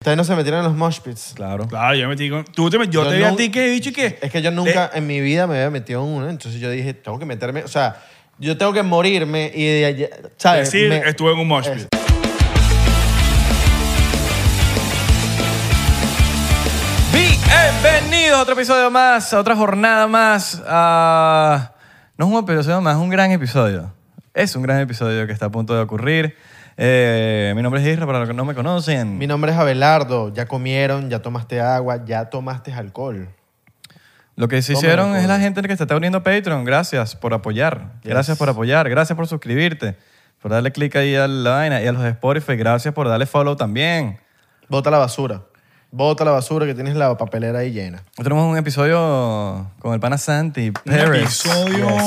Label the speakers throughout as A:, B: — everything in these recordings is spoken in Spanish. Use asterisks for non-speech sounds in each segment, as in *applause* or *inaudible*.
A: Ustedes no se metieron en los mosh pits.
B: Claro.
C: Claro, yo me metí con. Tú te met- yo,
A: Yo
C: te vi a
A: no-
C: ti que he dicho y que.
A: Es que yo nunca en mi vida me había metido en uno, entonces yo dije, tengo que meterme, o sea, yo tengo que morirme y de allá- ¿sabes?
C: Decir,
A: Me-
C: estuve en un mosh
A: Es-
C: pit.
B: Bienvenidos a otro episodio más, a otra jornada más. a- no es un episodio más, es un gran episodio. Es un gran episodio que está a punto de ocurrir. Eh, mi nombre es Isra, para los que no me conocen.
A: Mi nombre es Abelardo, ya comieron, ya tomaste agua, ya tomaste alcohol.
B: Lo que se
A: Tómalo,
B: hicieron es
A: coño.
B: la gente que se está uniendo a Patreon. Gracias por apoyar. Gracias por apoyar. Gracias por suscribirte. Por darle click ahí a la vaina y a los de Spotify. Gracias por darle follow también.
A: Bota la basura, bota la basura que tienes la papelera ahí llena.
B: Hoy tenemos un episodio con el pana Santi
C: Un
B: Pérez.
C: episodio, un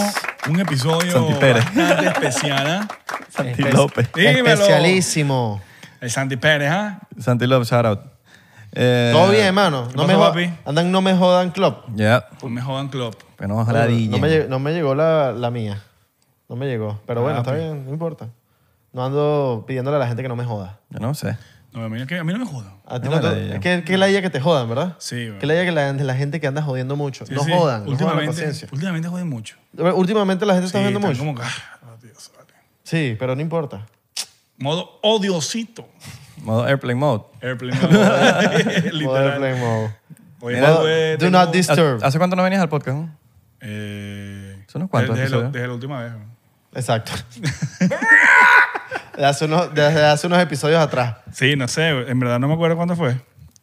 B: Santi
C: episodio
B: Pérez.
C: bastante especial, ¿ah?
B: Santi López.
C: Dímelo.
A: Especialísimo.
C: El Santi Pérez, ¿ah?
B: Santi López, shout out. Eh,
A: Todo bien, hermano.
C: ¿qué
A: No me
C: pasó,
A: jo-
C: papi?
A: Andan, no me jodan, club.
B: Ya.
C: No Pues me jodan club.
B: Que no ojalá
A: no,
B: DJ.
A: me, lleg- no me llegó la, la mía. No me llegó.
C: Ah,
A: Pero bueno, está bien, no importa. No ando pidiéndole a la gente que no me joda.
B: Yo no sé.
C: No, a mí, no- que- a mí no me jodan.
A: A ti
B: No
A: no
B: me la
A: te-
B: digan.
A: es que, que la idea que te jodan, ¿verdad?
C: Sí, bro.
A: Que la idea que la, de la gente que anda jodiendo mucho.
C: Sí,
A: no
C: sí.
A: jodan, no jodan la
C: Últimamente,
A: paciencia.
C: últimamente joden mucho.
A: Últimamente la gente está
C: Sí,
A: jodiendo
C: están
A: mucho.
C: Como que, ah, Dios, vale.
A: Sí, pero no importa.
C: Modo odiosito.
B: Modo airplane mode.
A: *laughs*
C: Airplane mode.
A: Modern
C: *laughs* Literal.
A: Play Mode.
C: Oye,
A: Modo-
C: tuve-
A: do
C: tengo-
A: not disturb.
B: ¿Hace cuánto no venías al podcast? no?
C: Eh,
B: Son unos cuantos
C: Desde, la-
B: episodios.
C: desde la última vez. bro. *laughs*
A: Exacto. De hace unos- desde hace unos episodios atrás.
C: Sí, no sé. En verdad no me acuerdo cuándo fue.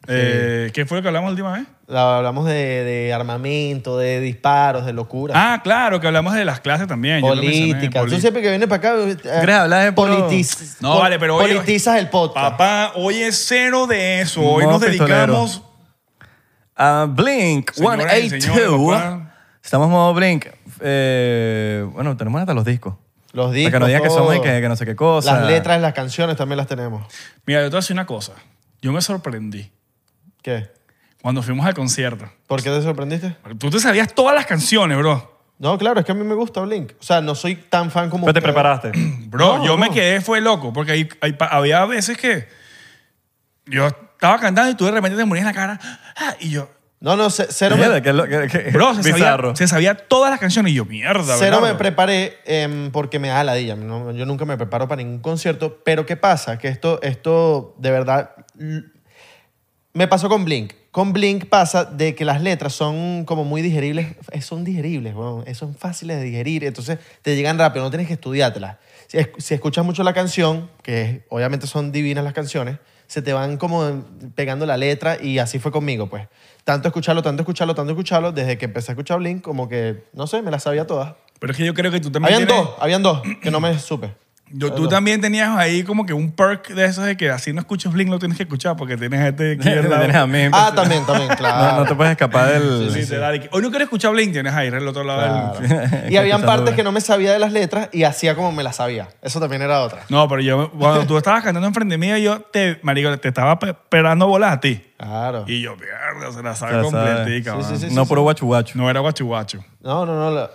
C: Eh, ¿Qué fue lo que hablamos la última vez?
A: La- hablamos de, de armamento, de disparos, de locura.
C: Ah, claro, que hablamos de las clases también. yo lo mencioné,
A: política. Tú
C: poli-
A: siempre que vienes para acá. eh,
B: Quieres hablar de puro-
A: politiz-
C: No,
A: pol-
C: vale, pero hoy-
A: Politizas el podcast.
C: Papá, hoy es cero de eso. Hoy
B: Modo
C: nos dedicamos.
B: Ah, Blink
C: Señoras y señores,
B: 182.
C: papá.
B: Estamos modo Blink. Eh, bueno, tenemos hasta los discos.
A: Los discos.
B: Para que no digan que
A: todo.
B: somos y que, que no sé qué cosa.
A: Las letras de las canciones también las tenemos.
C: Mira, yo te voy a decir una cosa. Yo me sorprendí
A: ¿Qué?
C: cuando fuimos al concierto.
A: ¿Por qué te sorprendiste?
C: Tú te sabías todas las canciones, bro.
A: No, claro, es que a mí me gusta Blink. O sea, no soy tan fan como.
B: Pero te
A: ustedes.
B: preparaste.
C: Bro,
A: No,
C: yo me
A: no.
C: quedé, fue loco, porque ahí- ahí pa- había veces que yo estaba cantando y tú de repente te morías en la cara. ah, y yo,
A: No, no, ce- cero
B: Mierda,
A: me,
B: que lo- que- que-
C: bro, se sabía,
B: bizarro. *laughs*
C: se sabía todas las canciones. Y yo, mierda,
A: cero me
C: Belardo.
A: preparé em, porque me da ladilla. No, yo nunca me preparo para ningún concierto. Pero ¿qué pasa? Que esto, esto de verdad. l- Me pasó con Blink. Con Blink pasa de que las letras son como muy digeribles. Eh, Son digeribles, weón. Eh, son fáciles de digerir. Entonces te llegan rápido, no tienes que estudiártelas. Si, es- si escuchas mucho la canción, que es- obviamente son divinas las canciones, se te van como pegando la letra y así fue conmigo, pues. Tanto escucharlo, tanto escucharlo, tanto escucharlo, desde que empecé a escuchar Blink, como que, no sé, me las sabía todas.
C: Pero es que yo creo que tú también.
A: Habían
C: tienes-
A: dos, habían dos que no me supe.
C: yo- tú también tenías ahí como que un perk de esos de que así no escuchas Blink, lo tienes que escuchar porque tienes este.
B: *laughs*
C: aquí al lado.
B: Tienes a mí. pues,
A: Ah, también, también, claro.
B: *laughs* No, no te puedes escapar del.
C: Literal, y que, Hoy no quiero escuchar Blink, tienes ahí el otro lado del- *laughs*
A: Claro. Y habían partes que no me sabía de las letras y hacía como me las sabía. Eso también era otra.
C: No, pero yo, cuando tú estabas cantando enfrente mío, yo te, marico, te estaba pe- esperando bolas a ti.
A: Claro.
C: Y yo, mierda, se la
B: Se
C: sabe
B: la sabe.
C: completica,
A: Sí, sí,
C: mano.
A: sí.
B: No puro guachu guachu.
C: No era guachuguacho.
A: No, no, Ah, no. la-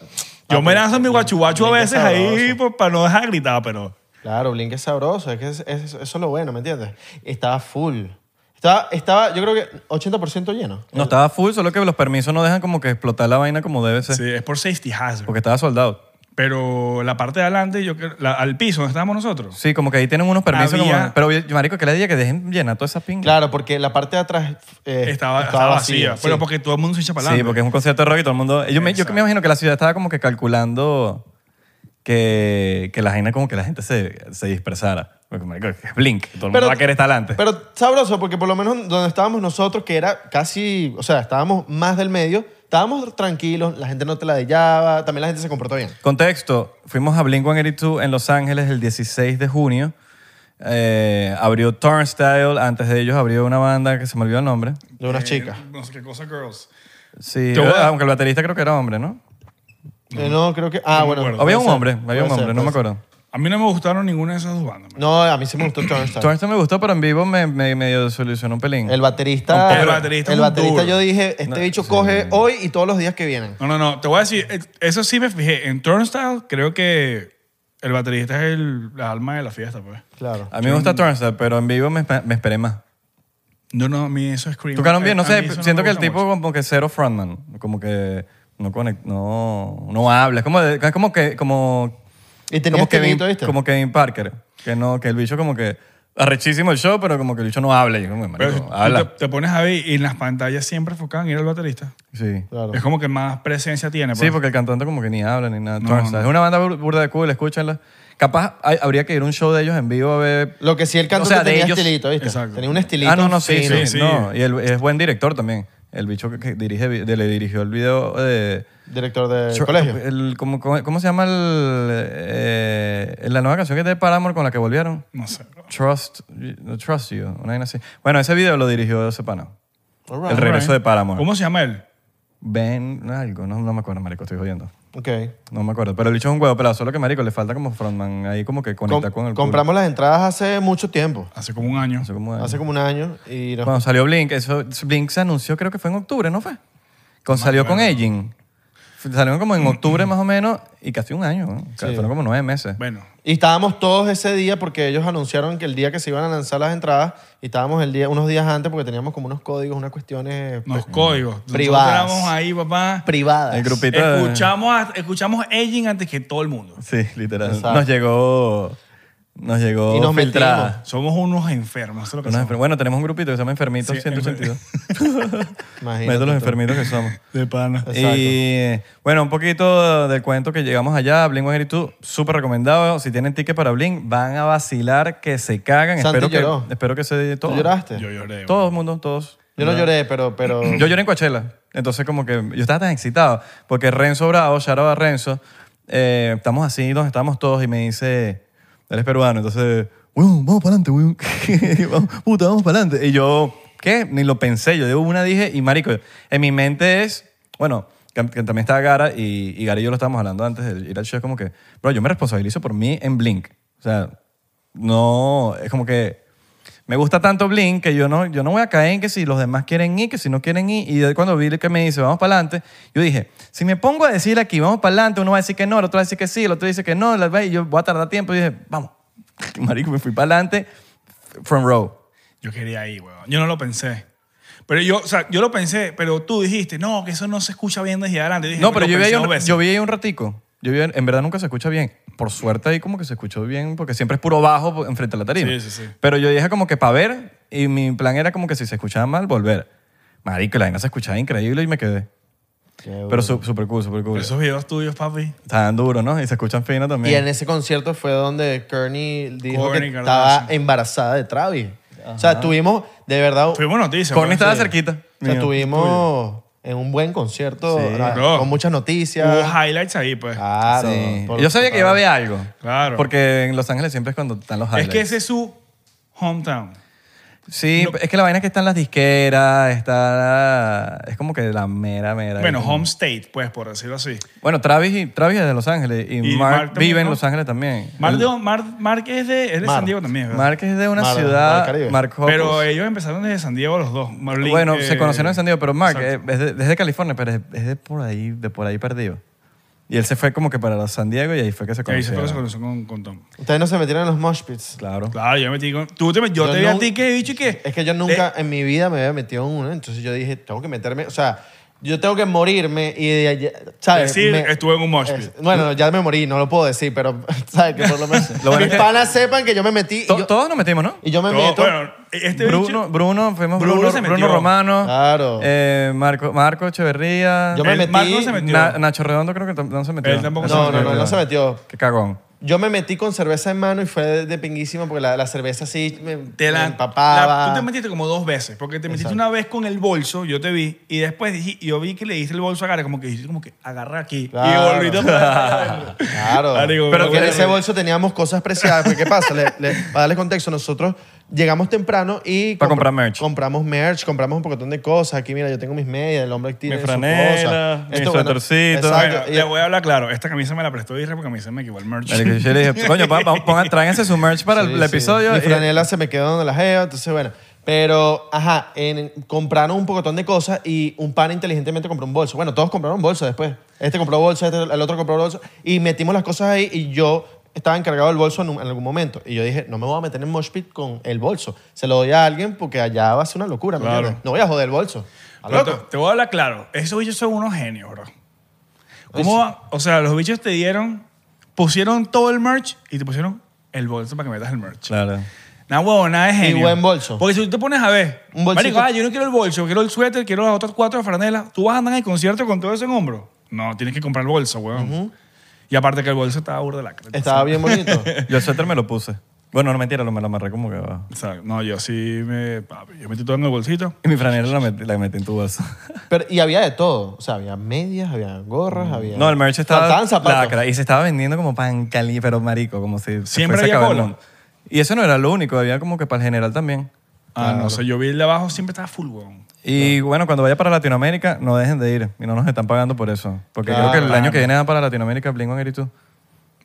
C: Yo me lanzo mi
A: Blink-
C: guachuguacho a
A: Blink es
C: veces ahí pues.
A: sabroso.
C: por- para no dejar gritar, pero...
A: Claro, Blink es sabroso. Es que es- es- eso es lo bueno, ¿me entiendes? Estaba full. Estaba, estaba yo creo que 80% lleno.
B: No, estaba full, solo que los permisos no dejan como que explotar la vaina como debe ser.
C: Sí, es por safety hazard.
B: Porque estaba soldado.
C: Pero la parte de adelante, yo creo- la- al piso donde estábamos nosotros.
B: Sí, como que ahí tienen unos permisos.
C: Había-
B: como- pero, oye, marico, que le diga que dejen llenar toda esa pinga.
A: Claro, porque la parte de atrás eh,
C: Estaba, estaba vacía.
A: sí.
C: Pero porque todo el mundo se echa para
B: Sí,
C: adelante.
B: porque es un concierto de rock y todo el mundo... Yo me, yo que me imagino que la ciudad estaba como que calculando que, que la vaina como que la gente se, se dispersara. Porque, marico, es Blink. Todo el mundo va a querer estar adelante.
A: Pero sabroso, porque por lo menos donde estábamos nosotros, que era casi, o sea, estábamos más del medio, estábamos tranquilos, la gente no te la dejaba, también la gente se comportó bien.
B: Contexto, fuimos a Blink-182 en Los Ángeles el 16 de junio. Eh, abrió Turnstile, antes de ellos abrió una banda que se me olvidó el nombre.
A: De unas
C: Eh,
A: chicas.
C: No sé qué cosa, girls.
B: Sí,
C: Yo voy a-
B: aunque el baterista creo que era hombre, ¿no?
A: Eh, no, creo que. Ah,
C: No me
A: bueno.
B: Había
C: acuerdo.
A: puede
B: un
A: ser,
B: hombre,
A: puede
B: había un
A: ser,
B: hombre, no me
A: puede ser.
B: acuerdo.
C: A mí no me gustaron ninguna de esas dos bandas. man.
A: No, a mí sí me
B: *clears throat*
A: gustó Turnstile.
B: Turnstile me gustó, pero en vivo me, me, medio solucionó un pelín.
A: El
C: Con
A: baterista.
C: Pedro. El baterista es
A: el
C: un
A: baterista,
C: duro.
A: yo dije, este bicho coge hoy y todos los días que vienen.
C: No, no, no. Te voy a decir, eh, eso sí me fijé. En Turnstile creo que el baterista es el, la alma de la fiesta, pues.
A: Claro.
B: A mí me gusta Turnstile, pero en vivo me, me esperé más.
C: No, no, a mí eso es Cream.
B: Tocaron bien, no
C: eh, A
B: sé,
C: mí eso no
B: siento
C: me
B: que el
C: gusta
B: tipo
C: mucho.
B: como que cero frontman, como que no conect, no, no habla, es como, de- es como que como
A: Y tenía
B: como
A: este
B: Kevin,
A: vinito, ¿viste?
B: como Kevin Parker, que no que el bicho como que arrechísimo el show, pero como que el bicho no habla, y yo como,
C: Pero si
B: marico,
C: tú te,
B: habla.
C: te pones a ver y en las pantallas siempre enfocaban ir al baterista.
B: Sí.
A: Claro.
C: Es como que más presencia tiene.
B: Sí,
C: pues.
B: porque el cantante como que ni habla ni nada.
C: No,
B: Tornstar.
C: no.
B: Es una banda bur- burda de cool, escúchenla. Capaz hay- habría que ir a un show de ellos en vivo a ver...
A: Lo que sí, el canto
B: O sea,
A: que
B: de
A: tenía
B: ellos-
A: estilito, ¿viste?
C: Exacto.
A: Tenía un estilito.
B: ah, no, no, sí,
A: fino.
B: sí,
C: sí.
B: no. Y él es buen director también. El bicho que, que dirige, vi- de- le dirigió el video de...
A: Director de
B: Short-
A: colegio.
B: el- como- como- ¿Cómo se llama el, eh, la nueva canción que es de Paramore con la que volvieron?
C: No sé. bro.
B: Trust, Trust You, una vaina así. Bueno, ese video lo dirigió ese pana.
A: All
B: El
A: right.
B: regreso de Paramore.
C: ¿Cómo se llama él?
B: Ben, algo, no, no me acuerdo, marico, estoy jodiendo.
A: Ok.
B: No me acuerdo, pero el bicho es un huevo pelado, solo que marico le falta como frontman ahí como que
A: Com-
B: conecta con el
A: compramos las entradas hace mucho tiempo.
C: Hace como un año.
B: culo. Hace como-
A: Hace como un año y nos-
B: Cuando salió Blink, eso, Blink se anunció creo que fue en octubre, ¿no fue? Con, salió con Aging. Salieron como en octubre más o menos y casi un año. ¿no?
A: Mm. Sí.
B: Fueron como nueve meses.
C: Bueno,
A: y estábamos todos ese día porque ellos anunciaron que el día que se iban a lanzar las entradas y estábamos el día, unos días antes porque teníamos como unos códigos, unas cuestiones
B: Pues,
C: los códigos. Nosotros
A: Privadas.
C: éramos ahí, papá.
A: privadas.
B: El grupito. de-
C: Escuchamos, a- escuchamos Aging antes que todo el mundo.
B: Sí, literal.
A: Exacto.
B: Nos llegó. Nos llegó.
A: Y nos
B: filtrada.
A: metimos.
C: Somos unos enfermos. Eso es lo que
B: Unos
C: somos.
B: enfer- Bueno, tenemos un grupito que se llama Enfermitos
C: Sí,
A: *laughs*
B: 182.
A: Imagínate
B: Meto los
A: tú.
B: enfermitos que somos.
C: De pana.
A: Exacto.
B: Y bueno, un poquito del cuento que llegamos allá. Blink 182, súper recomendado. Si tienen ticket para Blink, van a vacilar que se cagan.
A: Santi
B: espero,
A: lloró.
B: que, espero que se.
A: ¿Tú
B: Todos.
A: lloraste?
C: Yo lloré.
B: Todo el mundo, todos.
A: Yo no lloré, pero... pero
B: *clears throat* Yo lloré en Coachella. Entonces, como que yo estaba tan excitado. Porque Renzo Bravo, shout out a Renzo, eh, estamos así, nos estamos todos y me dice, él es peruano, entonces, weón, vamos para adelante, weón. *laughs* Vamos, puta, vamos para adelante. Y yo, ¿qué? Ni lo pensé. Yo de una dije, y marico, en mi mente es, bueno, que, que también estaba Gara y, y Gara y yo lo estábamos hablando antes de ir al show, es como que, bro, yo me responsabilizo por mí en Blink. O sea, no, es como que me gusta tanto Blink que yo no, yo no voy a caer en que si los demás quieren ir, que si no quieren ir. Y de cuando vi que me dice, vamos para adelante, yo dije, si me pongo a decir aquí, vamos para adelante, uno va a decir que no, el otro va a decir que sí, el otro dice que no, la- y yo voy a tardar tiempo. Y dije, vamos. *laughs* Marico, me fui para adelante, front row.
C: Yo quería ir, weón. Yo no lo pensé. Pero yo, o sea, yo lo pensé, pero tú dijiste, no, que eso no se escucha bien desde adelante. Dije,
B: No, pero
C: lo
B: yo vi,
C: pensé
B: ahí
C: dos
B: un,
C: veces.
B: yo vi ahí un ratico. Yo vi- en verdad nunca se escucha bien. Por suerte ahí como que se escuchó bien, porque siempre es puro bajo po- enfrente a la tarima.
C: Sí, sí, sí.
B: Pero yo dije como que para ver, y mi plan era como que si se escuchaba mal, volver. Marico, la vaina se escuchaba increíble y me quedé.
A: Qué duro.
B: Pero su- super cool, super cool.
C: Esos videos tuyos, papi.
B: Estaban duros, ¿no? Y se escuchan finos
A: y
B: también.
A: en ese concierto fue donde Kearney dijo
C: Kourtney
A: que
C: Kardashian.
A: estaba embarazada de Travis. O sea, tuvimos de verdad...
C: Fuimos noticias.
B: Corny
C: weón.
B: estaba cerquita.
A: O sea,
B: mío.
A: estuvimos en un buen concierto
B: Sí.
A: ra-
C: Bro.
A: con muchas noticias.
C: Hubo highlights ahí, pues.
B: Ah,
A: Claro.
B: Sí.
A: por-
B: Yo sabía que iba a haber algo.
C: Claro.
B: Porque en Los Ángeles siempre es cuando están los
C: es
B: highlights.
C: que ese es su hometown.
B: Sí, es que la vaina es que están las disqueras, está... Es como que la mera, mera.
C: Bueno,
B: Como-
C: home state, pues, por decirlo así.
B: Bueno, Travis, y, Travis es de Los Ángeles y,
C: Y
B: Mark,
C: Mark también,
B: vive en
C: ¿no?
B: Los Ángeles también.
C: Mark,
B: El-
C: de- Mark- Mark es de, es de
A: Mark.
C: San Diego también, ¿verdad?
B: Mark es de una
A: Mar- Mar
B: ciudad...
A: Caribe.
B: Mark Hoppus.
C: Pero ellos empezaron desde San Diego los dos. Marlin,
B: bueno, se
C: eh,
B: conocieron en San Diego, pero Mark
C: exacto.
B: eh, es de, es de California, pero es, es de por ahí, de por ahí perdido. Y él se fue como que para San Diego y ahí fue que se
C: Y ahí se
B: conocieron.
C: fue, se conoció con, con Tom.
A: Ustedes no se metieron en los mosh pits.
B: Claro.
C: Claro, yo me metí con... Tú te, met- yo,
A: Yo
C: te vi a
A: no-
C: ti que he dicho que...
A: Es que yo nunca en mi vida me había metido en uno, entonces yo dije, tengo que meterme, o sea, yo tengo que morirme y de allá- ¿sabes?
C: Decir,
A: Me-
C: estuve en un mosh
A: es-
C: pit.
A: bueno, ya me morí, no lo puedo decir, pero *laughs* sabes que por lo menos
B: Lo bueno
A: mis
B: es que-
A: panas sepan que yo me metí y
B: To-
A: yo,
B: todos nos metimos, ¿no?
A: y yo me
C: Todo-
A: meto.
C: bueno, este bicho-
B: Bruno, Bruno, fuimos
C: Bruno
B: Bruno,
C: se
B: Bruno
C: metió.
B: Romano.
A: Claro.
B: eh, Marco, Marco Echeverría.
A: Yo me
C: el
A: metí-
C: Marco se metió.
B: Na- Nacho Redondo creo que tam- no se metió.
C: Él tampoco
A: no, no, no, no se metió.
B: Qué cagón.
A: Yo me metí con cerveza en mano y fue de, de pinguísima porque la, la cerveza sí me,
C: Te
A: me
C: la,
A: empapaba.
C: la- tú te metiste como dos veces, porque te metiste
A: Exacto.
C: una vez con el bolso, yo te vi, y después dije, y yo vi que le diste el bolso a Gara, como que dijiste como que
A: *laughs*
C: agarra aquí.
A: Claro.
C: Y volviste a
A: Claro.
C: Marico,
A: pero
C: me
A: que en
C: acuerdo.
A: ese bolso teníamos cosas preciadas. Porque, ¿qué pasa? Le- le- para darle contexto, nosotros llegamos temprano y...
B: Para
A: compra-
B: comprar merch.
A: Compramos merch, compramos un pocotón de cosas. Aquí, mira, yo tengo mis medias, el hombre tiene
B: Mi
A: sus
B: franela,
A: cosas.
B: mi
A: Esto, bueno,
B: suétercito.
A: exacto.
C: Bueno,
A: Y-
C: le voy a hablar claro, esta camisa me la prestó Isra porque a mí se me equivocó el merch.
B: Marico, yo le dije, coño, pa- pa- pongan, tráiganse su merch para
A: Sí,
B: el, el
A: sí.
B: episodio.
A: Mi
B: eh, y-
A: franela se me quedó donde la jeva, entonces bueno. Pero, ajá, en- compraron un pocotón de cosas y un pana inteligentemente compró un bolso. Bueno, todos compraron bolso después. Este compró bolso, este- el otro compró bolso. Y metimos las cosas ahí y yo estaba encargado del bolso en, un- en algún momento. Y yo dije, no me voy a meter en mosh pit con el bolso. Se lo doy a alguien porque allá va a ser una locura. ¿me
C: Claro.
A: entiendes? No voy a joder el bolso. ¿A
C: Pero
A: loco?
C: Te, te voy a hablar claro. Esos bichos son unos genios, bro. ¿Cómo va? O sea, los bichos te dieron, pusieron todo el merch y te pusieron el bolso para que metas el merch.
B: Claro.
C: Nada huevo, nada de genio.
A: buen bolso.
C: Porque si tú te pones a ver,
A: Un bolsito.
C: marico, ah, yo no quiero el bolso, quiero el suéter, quiero las otras cuatro franelas. Tú vas a andar en el concierto con todo eso en hombro. No, tienes que comprar el bolso, huevón. Y aparte que el bolso estaba burda de lacra.
A: Estaba bien
B: *laughs*
A: bonito.
B: Yo el suéter me lo puse. Bueno, no mentira, lo- me lo amarré como que abajo.
C: O sea, no, yo sí me... papi, yo metí todo en el bolsito.
B: Y mi franela la metí, la metí en tu bolso.
A: Pero, y había de todo. O sea, había medias, había gorras, había...
B: Mm. No, el merch estaba
A: Faltaban zapatos.
B: lacra, y se estaba vendiendo como pan cali, pero marico, como si
C: Siempre
B: fuese a
C: había
B: acabar el
C: cola.
B: mundo. Y eso no era lo único, había como que para el general también.
C: Ah, no sé, yo vi el de abajo, siempre estaba full, huevón.
B: Y bueno, cuando vaya para Latinoamérica, no dejen de ir. Y no nos están pagando por eso. Porque
A: Claro,
B: creo que el
C: claro.
B: año que viene va para Latinoamérica, Blink-182.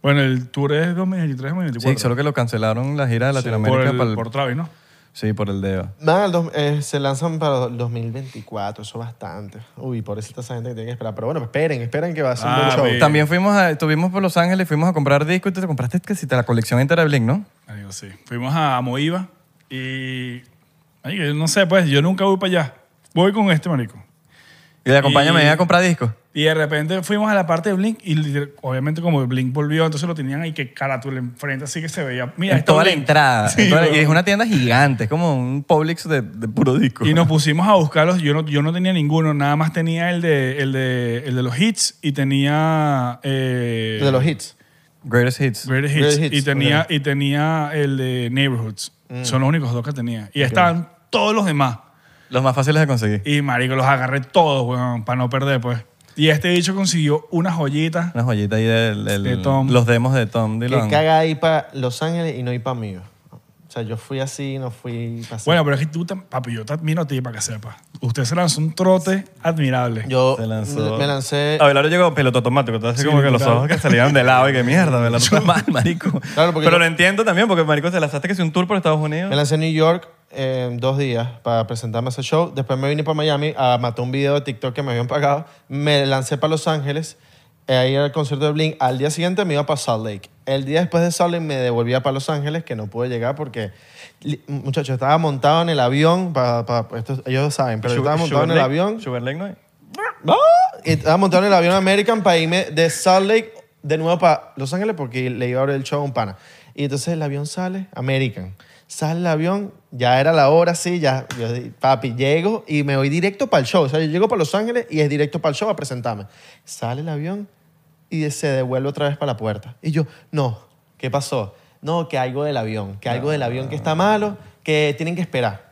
C: Bueno, el tour es 2023, 2024.
B: Sí, solo que lo cancelaron la gira de
C: por,
B: Latinoamérica.
C: el,
B: para el-
C: por Travis, ¿no?
B: Sí, por el dedo.
A: Van al dos- eh, se lanzan para el 2024, eso bastante. Uy, por eso está esa gente que tiene que esperar. Pero bueno, esperen, esperen que va a ser un
C: Ah,
A: buen show.
C: bien.
B: También fuimos a, estuvimos por Los Ángeles, fuimos a comprar discos y te compraste que si te la colección entera de Blink, ¿no?
C: Marico, sí. Fuimos a Moiva y... marico, yo no sé, pues, yo nunca voy para allá. Voy con este, marico.
B: Y de acompáñame
C: Y-
B: a comprar discos.
C: Y de repente fuimos a la parte de Blink y literal- obviamente como Blink volvió, entonces lo tenían ahí que carátula enfrente, así que se veía. Mira,
B: en
C: esto
B: toda la
C: Blink.
B: entrada. en
C: Sí,
B: toda la- y
C: weón.
B: es una tienda gigante, es como un Publix de, de puro disco.
C: Y nos pusimos a buscarlos. Yo no, yo no tenía ninguno, nada más tenía el de, el de, el de los hits y tenía. eh,
A: De los hits.
B: Greatest Hits.
C: Greatest hits.
A: Greatest
C: y,
A: Hits, Mm.
C: tenía, y tenía el de Neighborhoods. Son los únicos dos que tenía. Y estaban todos los demás.
B: Los más fáciles de conseguir.
C: Y marico, los agarré todos, weón, para no perder, pues. Y este bicho consiguió una joyita.
B: Una joyita ahí del- del-
C: De Tom.
B: los demos de Tom
A: Que
B: Dillon.
A: caga ahí para Los Ángeles y no ir para mío. O sea, yo fui así, no fui pa' así.
C: Bueno, pero es que tú, tam- papi, yo te admiro a ti para que sepas. Usted se lanzó un trote admirable.
A: yo
B: Se lanzó.
A: me lancé...
B: Abelardo llegó piloto automático, entonces
C: Sí,
B: como que los
C: claro.
B: ojos que salían de lado y que mierda, Abelardo está mal, marico.
A: *laughs* Claro, porque
B: Pero
A: yo-
B: lo entiendo también porque, marico, se lanzaste que si un tour por Estados Unidos.
A: Me lancé a New York en dos días para presentarme a ese show. Después me vine para Miami a matar un video de TikTok que me habían pagado. Me lancé para Los Ángeles, eh, ahí al concierto de Blink. Al día siguiente me iba para Salt Lake. El día después de Salt Lake me devolvía para Los Ángeles, que no pude llegar porque, li- muchachos, estaba montado en el avión. Pa, pa- esto- ellos saben, pero yo
B: Sugar-
A: estaba montado en el
B: Sugar
A: avión.
B: Lake- Sugar Lake no hay.
A: ¡Ah! Y estaba montado en el avión American para irme de Salt Lake de nuevo para Los Ángeles porque le iba a abrir el show a un pana. Y entonces el avión sale, American. Sale el avión, ya era la hora, sí, ya. Yo, di- papi, llego y me voy directo para el show. O sea, yo llego para Los Ángeles y es directo para el show a presentarme. Sale el avión y se devuelve otra vez para la puerta. Y yo, no, ¿qué pasó? No, que algo del avión, que algo del avión que está malo, que tienen que esperar.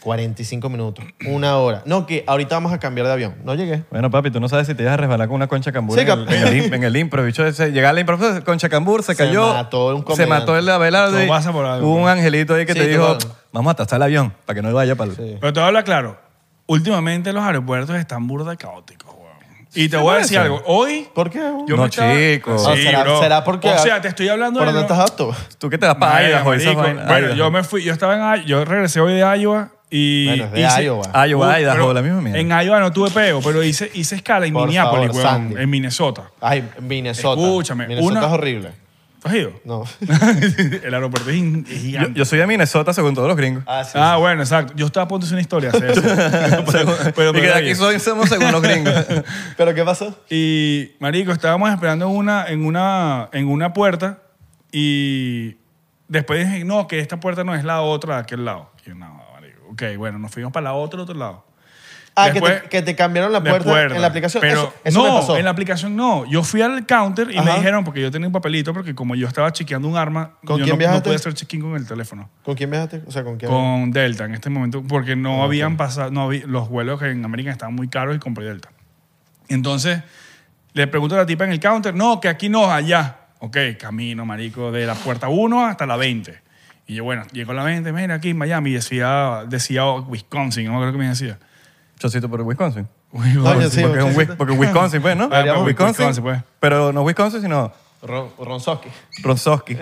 A: 45 minutos, una hora. No, que ahorita vamos a cambiar de avión. No llegué.
B: Bueno, papi, tú no sabes si te ibas a resbalar con una concha cambur
A: Sí,
B: en, el,
A: cap-
B: en, el, im- en el impro, bicho. ese- Llegaba el impro, pues, concha cambur, se
A: Se
B: cayó.
A: mató un
B: Se
A: comediante.
B: mató el Abelardo.
C: Todo
B: y
C: pasa por algo.
B: Hubo un angelito ahí que
A: Sí,
B: te dijo,
A: total.
B: vamos a tasar el avión para que no vaya para el...
A: Sí.
C: Pero te voy a hablar claro. Últimamente los aeropuertos están burda de caóticos, weón. Y te voy a decir
B: parece?
C: algo. Hoy.
A: ¿Por qué?
C: Yo
B: No,
C: me estaba-
B: chico.
C: Sí,
A: Ah, ¿será,
C: bro.
A: será porque...
C: O sea, te estoy hablando
A: ¿Por
C: de
A: dónde
C: lo-
A: estás apto?
B: Tú que te vas para
C: Marico,
B: Idaho. esas
C: marico.
B: vainas.
C: Bueno,
B: Idaho.
C: yo me fui, yo estaba en I- yo regresé hoy de Iowa y
A: Bueno, es de
C: hice-
A: Iowa.
B: Ah, Iowa,
C: Uh,
B: Idaho,
C: pero
B: la misma mierda.
C: En Iowa no tuve peo, pero hice, hice escala en
A: Por
C: Minneapolis,
A: favor,
C: weón,
A: Sandy.
C: en Minnesota.
A: Ay, Minnesota.
C: Escúchame,
A: Minnesota
C: una-
A: es horrible.
C: ¿Tú has ido?
A: No.
C: *laughs* El aeropuerto es in- es
B: Yo-
C: gigante.
B: yo soy de Minnesota, según todos los gringos.
A: Ah, sí.
C: ah, bueno, exacto. Yo estaba a punto de hacer una historia.
B: *laughs*
C: hacer eso. pero, pero
B: y
C: me
B: que de
C: la
B: aquí
C: vi.
B: soy- somos según los gringos. *laughs*
A: ¿Pero qué pasó?
C: Y, marico, estábamos esperando en una, en una, en una puerta y después dije, no, que esta puerta no es la otra de aquel lado. Y yo, no, marico, ok, bueno, nos fuimos para la otra, otro lado.
A: Ah, que, te,
C: Después-
A: que te cambiaron la
C: De
A: puerta
C: puerta.
A: en la aplicación.
C: Pero
A: eso eso
C: no,
A: me pasó.
C: en la aplicación no. Yo fui al counter y
A: Ajá.
C: me dijeron, porque yo tenía un papelito, porque como yo estaba chequeando un arma,
A: ¿Con
C: yo
A: quién
C: no- no,
A: viajaste?
C: podía hacer check-in con el teléfono.
A: ¿Con quién viajaste? O sea, ¿con quién?
C: Con Delta en este momento, porque no habían pasado, no había- los vuelos en América estaban muy caros y compré Delta. Entonces, le pregunto a la tipa en el counter, no, que aquí no, allá. Ok, camino, marico, de la puerta 1 hasta la 20. Y yo, bueno, llego a la 20, mira, aquí en Miami, decía, decía Wisconsin, no creo que me decía.
B: Chocito por Wisconsin.
A: Coño, sí,
B: porque, es
A: chocito.
B: un Wis- porque Wisconsin, pues, ¿no?
C: Ah, pero
B: Wisconsin,
C: Wisconsin, pues.
B: Pero no Wisconsin, sino
A: Ron- Ronzowski.
B: Ronzowski,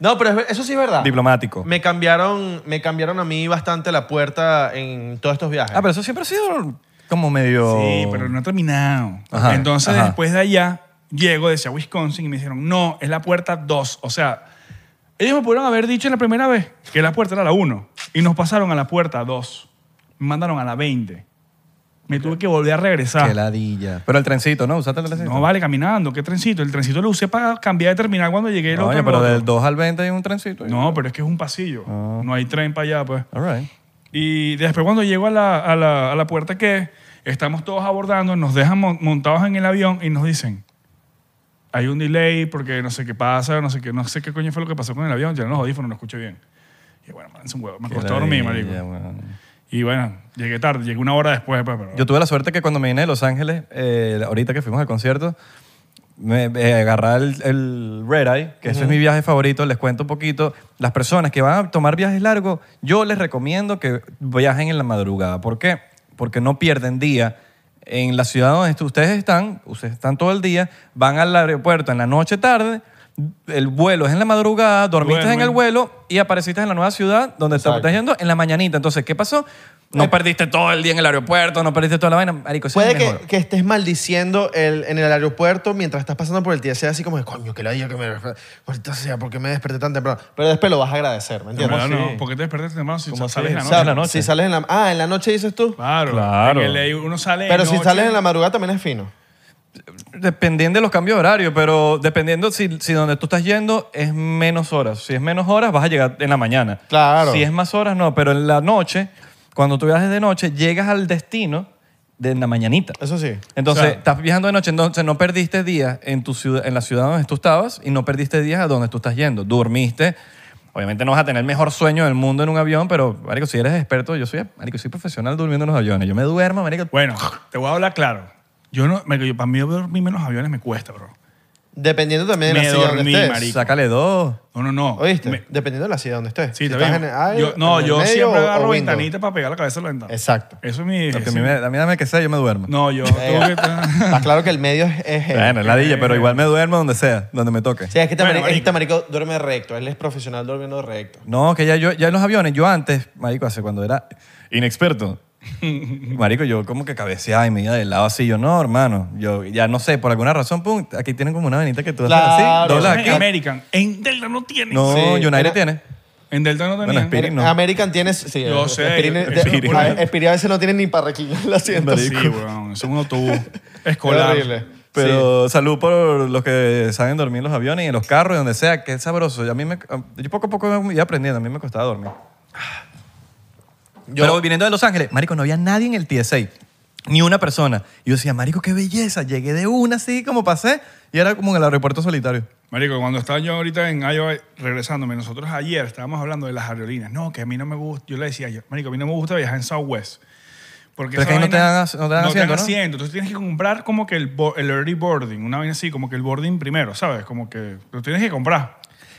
A: No, pero es ver- eso sí es verdad.
B: diplomático.
A: Ah. Me cambiaron, me cambiaron a mí bastante la puerta en todos estos viajes.
B: Ah, pero eso siempre ha sido como medio...
C: Sí, pero no ha terminado.
B: Oh. Ajá,
C: Entonces,
B: ajá.
C: después de allá, llego decía Wisconsin y me dijeron, no, es la puerta 2. O sea, ellos me pudieron haber dicho en la primera vez que la puerta era la 1 y nos pasaron a la puerta 2. Me mandaron a la 20. Me tuve que volver a regresar.
B: Qué ladilla. Ah. Pero el trencito, ¿no? ¿Usaste el trencito?
C: No vale caminando, qué trencito. El trencito lo usé para cambiar de terminal cuando llegué. el
B: Coño,
C: otro-
B: pero del 2 al 20 hay un trencito.
C: No, pero es que es un pasillo.
B: Ah.
C: No hay tren para allá, pues.
B: All right.
C: Y después cuando llego a la, a la- a la puerta que estamos todos abordando, nos dejan mon- montados en el avión y nos dicen, hay un delay porque no sé qué pasa, no sé qué, no sé qué coño fue lo que pasó con el avión, ya los audífonos, no escuché bien. Y bueno, man, es un huevo, me
B: Qué
C: costó dormir,
B: ladilla,
C: marico.
B: weón.
C: Y bueno, llegué tarde, llegué una hora después, pues, pero...
B: Yo tuve la suerte que cuando me vine de Los Ángeles, eh, ahorita que fuimos al concierto, me, me agarré el, el Red Eye, que ese es mi viaje favorito. Les cuento un poquito. Las personas que van a tomar viajes largos, yo les recomiendo que viajen en la madrugada. ¿Por qué? Porque no pierden día. En la ciudad donde est- ustedes están, ustedes están todo el día, van al aeropuerto en la noche tarde, el vuelo es en la madrugada, dormiste en
C: Duermen.
B: el vuelo y apareciste en la nueva ciudad donde te
A: Exacto. Eh.
B: estás yendo en la mañanita. Entonces, ¿qué pasó? No perdiste todo el día en el aeropuerto, no perdiste toda la vaina. Marico, eso
A: Puede
B: es mejor.
A: que, que estés maldiciendo el- en el aeropuerto mientras estás pasando por el TSA, así como de, coño, que la día que me... Ahorita sea, ¿por qué me desperté tan temprano? Pero después lo vas a agradecer, ¿me
C: En
A: entiendes?
C: verdad,
B: ¿cómo
C: no,
B: así?
C: ¿por qué te despertaste temprano si
B: ¿Cómo así?
C: sales en la
A: O
C: noche?
A: sea,
B: en la noche.
A: Si sales en la... Ah, en la noche dices tú.
C: Claro,
B: Claro.
C: en LA uno sale de
A: Pero si
C: noche.
A: sales en la madrugada también es fino.
B: Dependiendo de los cambios de horario, pero dependiendo si, si donde tú estás yendo es menos horas. Si es menos horas, vas a llegar en la mañana.
A: Claro.
B: Si es más horas, no. Pero en la noche, cuando tú viajes de noche, llegas al destino de en la mañanita.
A: Eso sí.
B: Entonces,
C: O sea-
B: estás viajando de noche, entonces no perdiste días en, tu ciudad, en la ciudad donde tú estabas y no perdiste días a donde tú estás yendo. Dormiste. Obviamente no vas a tener el mejor sueño del mundo en un avión, pero, marico, si eres experto, yo soy, marico, soy profesional durmiendo en los aviones. Yo me duermo, marico.
C: Bueno, te voy a hablar claro. Yo no, marico, yo- para mí dormirme en los aviones me cuesta, bro.
A: Dependiendo también de
C: Me
A: la silla donde
C: dormí,
A: estés.
C: marico.
B: Sácale dos.
C: No, no, no.
A: ¿Oíste?
C: Me-
A: Dependiendo de la silla donde estés.
C: Sí,
A: Si
C: está
A: estás en
C: bien.
A: el aire,
C: Yo- no,
A: en el
C: yo
A: medio
C: siempre
A: o- o
C: agarro
A: window.
C: ventanita para pegar la cabeza a la ventana.
A: Exacto.
C: Eso es mi...
B: Lo que a
C: sí.
B: mí me- a mí dame que sea, yo me duermo. *laughs*
C: No, yo tengo que...
A: Eh, Está claro que el medio es... es él.
B: Bueno,
C: eh,
B: ladilla, pero igual me duermo donde sea, donde me toque.
A: Sí, es que este,
C: Bueno,
A: marico, este
C: marico.
A: marico duerme recto. Él es profesional durmiendo recto.
B: No, que ya, yo, ya en los aviones, yo antes, marico, hace cuando era inexperto,
A: *laughs*
B: marico, yo como que cabeceaba y me iba del lado así. Yo, no, hermano, yo ya no sé, por alguna razón, pum, aquí tienen como una venita que tú haces así,
A: Claro. *laughs*
B: doblas
C: en
B: aquí.
C: American. En Delta no tiene.
B: No,
A: Sí,
B: United
A: era-
B: tiene.
C: En Delta no
B: Bueno,
C: tenía.
B: Spirit. Spirin no.
A: American tiene... Sí,
C: Yo sé,
A: Spirin-
C: yo-
A: de-
B: Spirin.
A: a- Spirin a veces no tiene ni para *laughs* reclinar el asiento.
C: sí, weón. Es un autobús
B: *laughs*
C: escolar.
A: horrible. Sí.
B: Pero salud por los que saben dormir en los aviones y en los carros y donde sea, que es sabroso. Y a mí me, yo poco a poco me iba aprendiendo, a mí me costaba dormir.
A: Yo-
B: Pero viniendo de Los Ángeles, marico, no había nadie en el TSA. Ni una persona. Y yo decía, marico, qué belleza. Llegué de una así como pasé y era como en el aeropuerto solitario.
C: Marico, cuando estaba yo ahorita en Iowa regresándome, nosotros ayer estábamos hablando de las aerolíneas. No, que a mí no me gusta. Yo le decía, yo, Marico, a mí no me gusta viajar en Southwest. Porque
B: Pero es
C: esa
B: que ahí no te
C: vaina-
B: dan as- no te dan asiento, ¿no?
C: asiento. Entonces tienes que comprar como que el, bo- el early boarding, una vaina así, como que el boarding primero, ¿sabes? Como que lo tienes que comprar.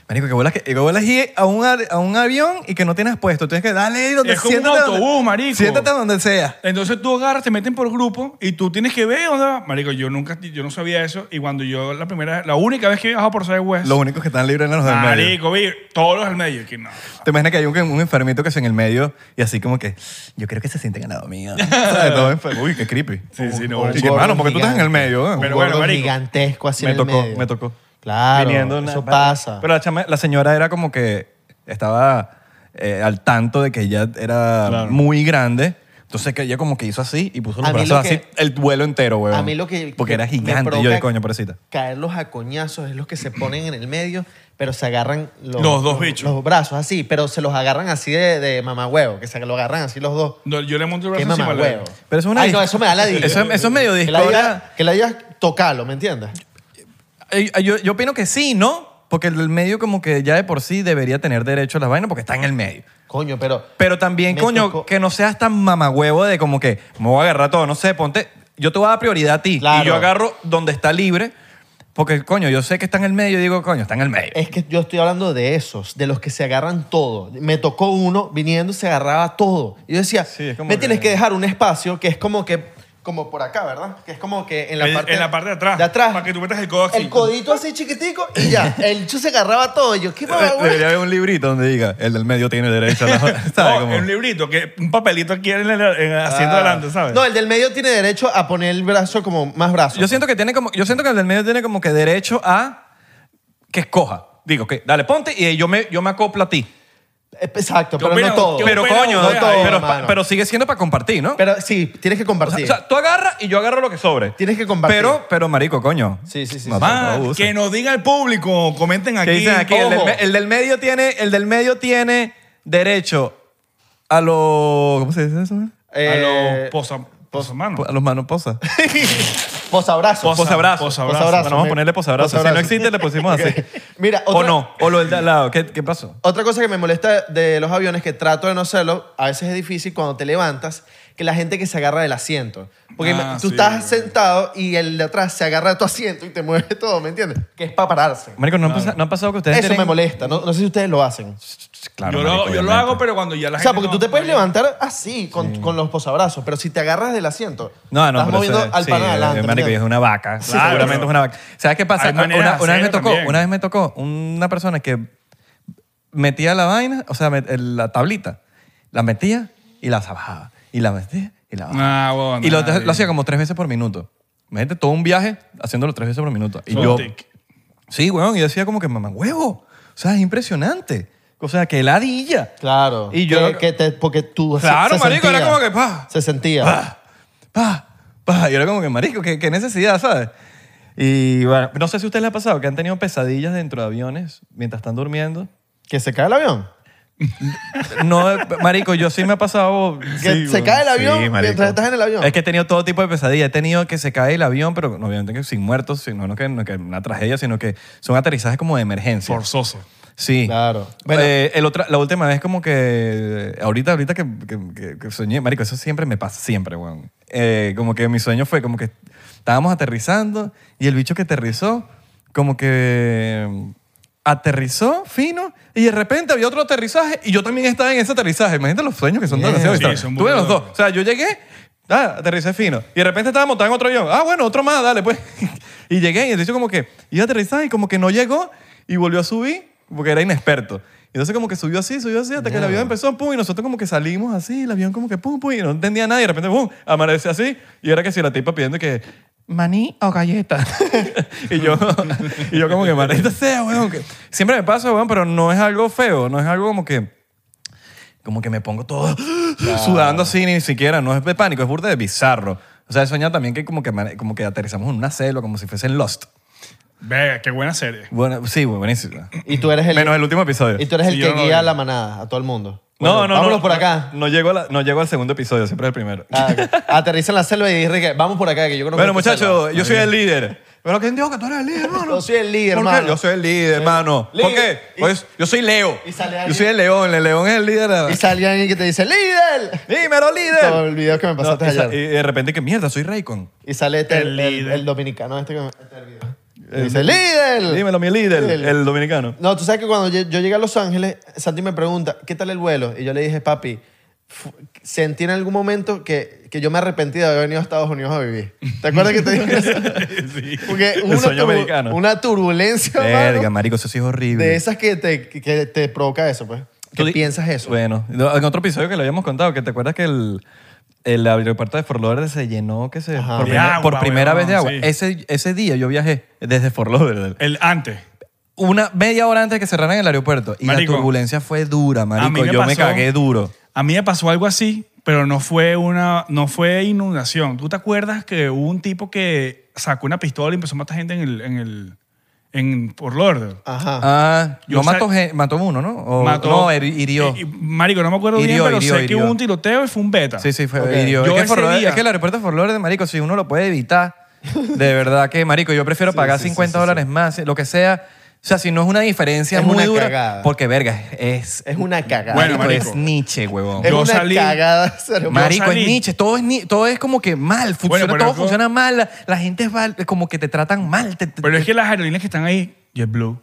B: Marico, que vuelas, que, que vuelas y a, un, ar- a un avión y que no tienes puesto. Tienes que darle ahí donde
C: Es como un
B: siéntate
C: autobús,
B: donde-
C: marico.
B: Siéntate donde sea.
C: Entonces tú agarras, te meten por grupo y tú tienes que ver dónde va. Marico, yo nunca, yo no sabía eso. Y cuando yo, la primera, la única vez que he viajado por Southwest,
B: Los únicos que están libres eran los del medio.
C: Marico, vi todos los del medio. Que no.
B: Te imaginas que hay un, un enfermito que es en el medio y así como que, yo creo que se sienten al lado mío. ¿Sabes? Todo enfermo. Uy, qué creepy.
C: Sí, sí, no.
A: Un
B: Y que,
A: gordo
B: hermano, porque tú estás en el
A: gigante.
B: medio. eh?"
A: Un
C: Pero
A: gordo
C: bueno, marico.
A: gigantesco así
B: me
A: en el
B: tocó,
A: medio.
B: me tocó.
A: Claro,
B: Viniendo una-
A: eso pasa.
B: Pero la, chama- la señora era como que estaba eh, al tanto de que ella era
C: Claro.
B: muy grande. Entonces que ella como que hizo así y puso los
A: A mí
B: brazos
A: lo que-
B: así el vuelo entero, weón.
A: A mí lo que...
B: Porque
A: que
B: era
A: me
B: gigante. Y yo de
A: provoca
B: coño, pobrecita.
A: Caerlos a coñazos es los que se ponen en el medio, pero se agarran los,
C: Los dos bichos.
A: Los brazos así, pero se los agarran así de, de mamagüeo, que se lo agarran así los dos.
C: No, Yo le monto el
A: Qué
C: brazo encima al
A: mamagüeo.
C: dedo.
B: Pero eso es una
A: Ay,
B: dis-
A: no, eso me da la
B: Eso es- eso es medio
A: Que la
B: disco,
A: diga-
B: ¿verdad?
A: Que la digas tocalo, ¿me entiendes?
B: Eh, Yo, yo opino que sí, ¿no? Porque el medio como que ya de por sí debería tener derecho a las vainas porque está en el medio.
A: Coño, pero...
B: Pero también,
A: Me
B: coño,
A: tocó-
B: que no seas tan mamagüevo de como que me voy a agarrar todo, no sé, ponte. Yo te voy a dar prioridad a ti.
A: Claro.
B: Y yo agarro donde está libre. Porque, coño, yo sé que está en el medio. y digo, coño, está en el medio.
A: Es que yo estoy hablando de esos, de los que se agarran todo. Me tocó uno viniendo, se agarraba todo. Y yo decía,
B: Sí, es como
A: me
B: que-
A: tienes que dejar un espacio que es como que como por acá, ¿verdad? Que es como que en la,
C: En-
A: parte,
C: en la parte de atrás,
A: De atrás.
C: para que tú metas el codo aquí.
A: El codito así chiquitico y
B: *laughs*
A: ya. El chu se agarraba todo. Y yo, ¿qué
B: De-
A: pasa, güey?
B: eh, Debería haber un librito donde diga, el del medio tiene derecho a *laughs* la... ¿Sabes?
C: No,
B: Como-
C: un librito, que un papelito aquí en el en el asiento adelante, ¿sabes?
A: Ah. No, el del medio tiene derecho a poner el brazo como más brazo.
B: Yo siento que tiene como, yo siento que el del medio tiene como que derecho a que escoja. Digo, que dale, ponte y yo me, yo me acoplo a ti.
A: Eh, Exacto, pero
C: Mira,
A: no todo.
C: Qué
B: Pero
C: bueno,
B: coño,
A: no
B: deja,
A: todo,
B: pero,
A: hermano.
B: pero sigue siendo para compartir, ¿no?
A: Pero sí, tienes que
B: o, sea,
A: compartir.
B: o sea, tú agarras y yo agarro lo que sobre.
A: Tienes que compartir.
B: Pero, pero marico, coño.
A: Sí, sí, sí,
B: Mamá,
C: Ah,
B: no abuses.
C: que nos diga el público, comenten aquí.
B: Que dicen aquí, el del,
A: ojo.
B: me- el del medio tiene, el del medio tiene derecho a los, ¿cómo se dice eso? man?
C: a
A: Eh,
C: los
A: *laughs*
C: posa, posamanos.
B: A los manosposas.
A: Posabrazo.
C: Posa-
B: Posabrazos.
C: posabrazo.
A: Posabrazo.
B: Bueno, vamos a ponerle posabrazos. Si no
A: Posabrazo.
B: existe, le
A: *laughs*
B: pusimos así.
A: Mira,
B: O
A: otra-
B: no, o lo del de al lado. ¿Qué, qué pasó?
A: Otra cosa que me molesta de los aviones, que trato de no hacerlo, a veces es difícil cuando te levantas, que la gente que se agarra del asiento. Porque
C: Ah,
A: tú
C: sí,
A: estás
C: güey.
A: sentado y el de atrás se agarra de tu asiento y te mueve *laughs* todo, ¿me entiendes? Que es para pararse.
B: Marico, ¿no, han pasa- no ha pasado que ustedes
A: Eso me
B: tienen-
A: molesta. No, no sé si ustedes lo hacen.
B: Claro,
C: yo, lo,
B: marico,
C: yo lo
B: obviamente.
C: hago, pero cuando ya la
A: O sea,
C: gente
A: porque
C: no-
A: tú te puedes
C: no-
A: levantar así, con, con los posabrazos, pero si te agarras del asiento,
B: No, no,
A: estás
B: pero
A: moviendo
B: eso es-
A: al
B: sí,
A: pan adelante.
B: eh, Marico, y
A: ¿me
B: es una vaca.
C: claro.
B: Seguramente es una vaca. ¿Sabes qué pasa?
C: Hay
B: Una,
C: maneras de
B: una vez me
C: hacerlo
B: tocó,
C: también.
B: una vez me tocó una persona que metía la vaina, o sea, met- el- la tablita, la metía y la bajaba. Y la metía y la bajaba.
C: Ah, huevón,
B: y lo,
C: nadie.
B: lo hacía como tres veces por minuto. Imagínate todo un viaje haciéndolo tres veces por minuto. Y
C: Son
B: yo,
C: tic.
B: sí, weón, y decía como que, mamá, huevo. O sea, es impresionante. O sea, que ladilla.
A: Claro.
B: Y yo-
A: Que, que te- porque tú. se-
B: Claro,
A: se
B: marico, era
A: sentía.
B: como que, pa.
A: Se sentía.
B: Pa, pa, pa. Ah, Y era como que, marico, qué, qué necesidad, ¿sabes? Y bueno, no sé si a ustedes les ha pasado que han tenido pesadillas dentro de aviones mientras están durmiendo.
A: Que se cae el avión.
B: No, marico, yo sí me ha pasado...
A: Que
B: sí,
A: se
B: weón.
A: cae el
B: Sí,
A: avión
B: marico.
A: mientras estás en el avión.
B: Es que he tenido todo tipo de pesadillas. He tenido que se cae el avión, pero obviamente que sin muertos, sino no que, no que una tragedia, sino que son aterrizajes como de emergencia.
C: Forzoso.
B: Sí.
A: Claro.
B: Bueno, Eh, el otra, la última vez como que... Ahorita, ahorita que, que- que- que soñé... Marico, eso siempre me pasa, siempre, weón. Eh, como que mi sueño fue como que estábamos aterrizando y el bicho que aterrizó como que mm, aterrizó fino y de repente había otro aterrizaje y yo también estaba en ese aterrizaje. Imagínate los sueños que son
A: Mierda.
B: demasiado
C: Sí,
B: extraños.
C: son muy
B: Tuve los dos.
C: locos.
B: O sea, yo llegué, ah, aterricé fino. Y de repente estaba montado en otro avión. Ah, bueno, otro más, dale, pues. *laughs* y llegué y el bicho como que iba a aterrizar y como que no llegó y volvió a subir porque era inexperto. Y entonces como que subió así, subió así, hasta que el avión empezó, pum, y nosotros como que salimos así, el avión como que pum, pum, y no entendía nada, y de repente, pum, amanece así, y era que si la tipa pidiendo que maní o galleta. *laughs* y, yo, *laughs* y yo como que maldita sea, weón. que- Siempre me pasa, weón, pero no es algo feo, no es algo como que como que me pongo todo *gasps* sudando así, ni siquiera, no es de pánico, es burda de bizarro. O sea, he soñado también que como que, mane- como que aterrizamos en una selva, como si fuese en Lost.
C: Vega, qué buena serie.
B: Bueno, sí, güey, buenísimo.
A: Y tú eres el.
B: Menos el último episodio.
A: Y tú eres el
C: Sí,
A: que
C: yo no-
A: guía a la manada, a todo el mundo.
B: No,
A: Bueno,
B: no,
A: Vámonos
B: no.
A: por acá.
B: *laughs* No, llego a la- no llego al segundo episodio, siempre es el primero.
A: Ah, ok. Aterriza en la selva y dice que vamos por acá, que yo conozco. este
B: bueno,
A: esta selva.
B: muchachos, yo soy el líder. Pero ¿quién dijo que tú eres el líder, hermano?
A: Yo soy el líder,
B: ¿Por qué?
A: hermano.
B: Yo soy el líder, hermano. ¿Por
A: Líder.
B: qué? Pues, yo soy Leo.
A: Y sale
B: yo
A: alguien-
B: soy el león. El león es el líder.
A: Y sale alguien que te dice, ¡Líder!
B: ¡Dímelo, líder!
A: Como el video que me pasaste
B: No, y sa-
A: ayer.
B: Y de repente que mierda, soy Raycon.
A: Y sale este, el,
C: El
A: el-
C: líder.
A: el dominicano este que me... este del video.
B: El-
A: dice, ¡Líder!
B: Dímelo, mi líder,
A: El-
B: el dominicano.
A: No, tú sabes que cuando yo, yo llegué a Los Ángeles, Santi me pregunta, ¿qué tal el vuelo? Y yo le dije, papi, fu- sentí en algún momento que, que yo me arrepentí de haber venido a Estados Unidos a vivir. ¿Te acuerdas que te dije
B: *laughs*
A: eso?
C: Sí.
A: Porque
B: El
A: hubo una,
B: sueño
A: turbu-
B: americano.
A: una turbulencia, *laughs*
B: Verga,
A: mano,
B: marico, eso sí es horrible.
A: de esas que te, que te provoca eso, pues.
B: ¿Tú
A: ¿Qué
B: di-
A: piensas eso?
B: Bueno, no, en otro episodio que lo habíamos contado, que te acuerdas que el, el aeropuerto de Fort Lauderdale se llenó que se,
A: Ajá.
B: por,
A: De
B: primera-
C: agua,
B: por primera
C: weón,
B: vez de agua.
C: sí.
B: Ese, ese día yo viajé desde Fort Lauderdale.
C: El antes.
B: Una media hora antes de que cerraran el aeropuerto. Y
C: Marico,
B: la turbulencia fue dura, marico.
C: a mí me
B: yo me
C: pasó-
B: cagué duro.
C: A mí me pasó algo así, pero no fue una no fue inundación. ¿Tú te acuerdas que hubo un tipo que sacó una pistola y empezó a matar gente en el en el en Fort Lauderdale?
A: Ajá.
B: Ah,
C: Yo,
B: no
C: o sea,
B: mató, gen- mató uno, ¿no? O-
C: Mató-
B: Oh,
C: Eh,
B: No, heri- hirió.
C: Y- y- marico, no me acuerdo bien,
B: Hirió,
C: pero
B: hirió,
C: sé que
B: hirió.
C: hubo un tiroteo y fue un beta.
B: Sí, sí, fue
A: Ok.
B: hirió.
C: Yo
B: Es que,
C: ese
B: Fort Lauderdale-
C: día-
B: es que el aeropuerto de Fort Lauderdale, marico, si uno lo
A: *laughs*
B: puede evitar, de verdad que, marico, yo prefiero pagar 50 dólares más, lo que sea. O sea, si no es una diferencia
A: Es
B: muy
A: una
B: dura,
A: cagada.
B: porque, verga, es...
A: Es una cagada.
C: Bueno, marico.
B: es Nietzsche, huevón.
A: es
C: yo
A: una
C: salí-
A: cagada. cerebral.
B: Marico,
C: salí-
B: es Nietzsche. Todo es, ni- todo es como que mal. Funciona,
C: pero
B: todo
C: es como-
B: funciona mal. La, la gente es val- como que te tratan mal. te- te-
C: Pero es que las aerolíneas que están ahí, JetBlue,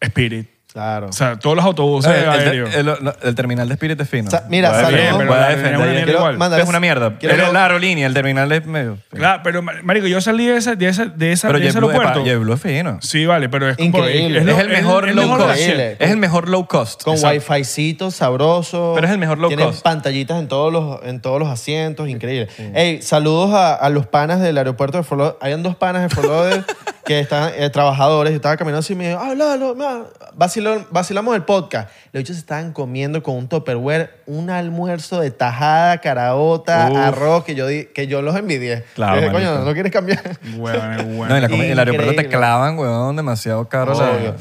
C: Spirit,
A: Claro.
C: O sea, todos los autobuses
B: Eh, el,
C: aéreos.
B: el- el- el terminal de Spirit es fino.
A: Sa- mira,
B: Voy a
A: salió-
B: defender-
A: Bien,
B: voy a
C: pero la-
B: defender.
C: una mierda
B: Quiero-
C: igual.
A: mandar-
B: Es una mierda.
A: quiero-
B: Pero la aerolínea, el terminal es medio...
C: Claro, pero ma- marico, yo salí de ese, de ese, de esa-
B: Pero
C: de ese
B: JetBlue es
C: aeropuerto.
B: pa- JetBlue es fino.
C: Sí, vale, pero es como-
A: Increíble.
B: Es
A: lo-
B: el mejor
C: el
B: low
C: mejor
B: cost.
A: Increíble.
B: Es el mejor low cost.
A: Con
B: Exacto.
A: wifi-cito sabroso.
B: Pero es el mejor low
A: Tienen
B: cost.
A: pantallitas en todos los, en todos los asientos, increíble. Ey, saludos a, a los panas del aeropuerto de Fort Lauderdale. Habían dos panas de Fort
B: *laughs*
A: Lauderdale que están eh, trabajadores. Yo estaba caminando así y me dijo, ah, Lalo, ma, vaciló- vacilamos el podcast. Los bichos estaban comiendo con un topperware un almuerzo de tajada, caraota,
B: Uf.
A: arroz, que yo, di- que yo los envidié.
B: Claro,
A: Yo dije, coño,
B: marico.
A: ¿no quieres *laughs*
B: *laughs*
A: cambiar?
C: Huevón, es
B: No,
C: bueno.
B: en la comi- en el aeropuerto te
A: Increíble.
B: clavan, weón, demasiado caro. la-
A: Obvio.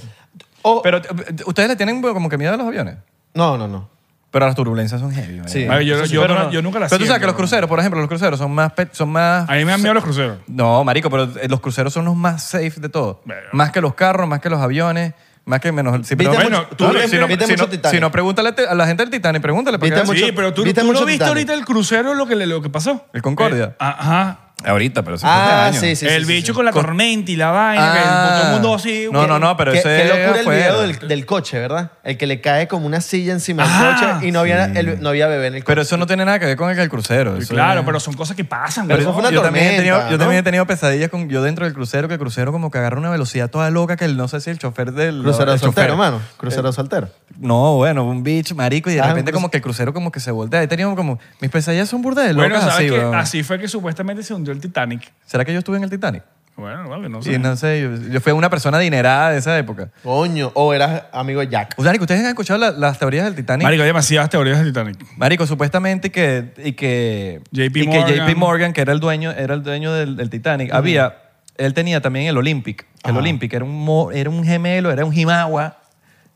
A: O-
B: Pero eh, ustedes le tienen como que miedo a los aviones.
A: no, no, no.
B: Pero las turbulencias son heavy.
A: Sí.
B: marico.
C: Marico, yo,
B: Eso sí,
C: yo
B: pero
C: no-
B: no-
C: yo nunca la
B: Pero tú sabes que
C: siento,
B: los cruceros, por ejemplo, los cruceros son más... pe- Son más
C: A mí me dan miedo
B: *laughs*
C: los cruceros.
B: No, marico, pero eh, los cruceros son los más safe de todo.
C: Bueno.
B: Más que los carros, más que los aviones, más que menos... el- Si,
A: Viste
C: Bueno,
A: mucho-
C: tú-
A: tú-
B: si no,
A: viste
B: si
A: mucho
B: no-
A: Titanic.
B: si no, pregúntale a la gente del Titanic, pregúntale. Porque
A: Viste
B: hace-
A: mucho-
C: Sí, pero tú,
A: ¿viste
C: tú no
A: mucho
C: viste
A: Titanic?
C: ahorita el crucero lo que, le- lo que pasó.
B: ¿El Concordia?
C: Eh, ajá.
B: Ahorita, pero eso fue hace *laughs*
A: Ah,
B: años.
A: sí, sí. sí,
C: el
A: sí, sí.
C: bicho con la tormenta y la vaina, que todo el mundo así.
B: Ah. No, no, no, pero
A: qué,
B: ese
A: qué locura el
B: fue-
A: video del, del coche, ¿verdad? El que le cae como una silla encima
C: Ajá.
A: del coche y no había, el- no había bebé en el coche.
B: Ah, Pero eso no tiene nada que ver con el, el crucero.
C: Sí,
B: eso
C: Claro,
B: es-
C: pero son cosas que pasan.
A: Pero
C: güey.
A: eso fue una
B: yo también, he tenido,
A: tormenta,
B: yo también
A: ¿no?
B: he tenido pesadillas con yo dentro del crucero, que el crucero como que agarra una velocidad toda loca que el- no sé si el chofer del...
A: Crucero
B: el chofer. Eh,
A: soltero, hermano. Crucero soltero.
B: No, bueno, un bitch, marico, y de
A: Ah,
B: repente
A: un
B: como que el crucero como que se voltea. He tenido como... Mis pesadillas son burdas de locas
C: Bueno, ¿sabes
B: así,
C: qué?
B: weón.
C: Así fue que supuestamente se hundió el Titanic.
B: ¿Será que yo estuve en el Titanic?
C: Bueno, vale, no
B: Y
C: sé.
B: no sé, yo, yo fui una persona adinerada de esa época.
A: Coño, o eras amigo de Jack.
B: Ustedes, ¿ustedes han escuchado la- las teorías del Titanic?
C: Marico, hay demasiadas teorías del Titanic.
B: Marico, supuestamente y que, y que,
C: JP
B: y que JP
C: Morgan.
B: Morgan, que era el dueño, era el dueño del, del Titanic, había, él tenía también el Olympic. que El
A: Ajá.
B: Olympic era un, mo- era un gemelo, era un Jimagua.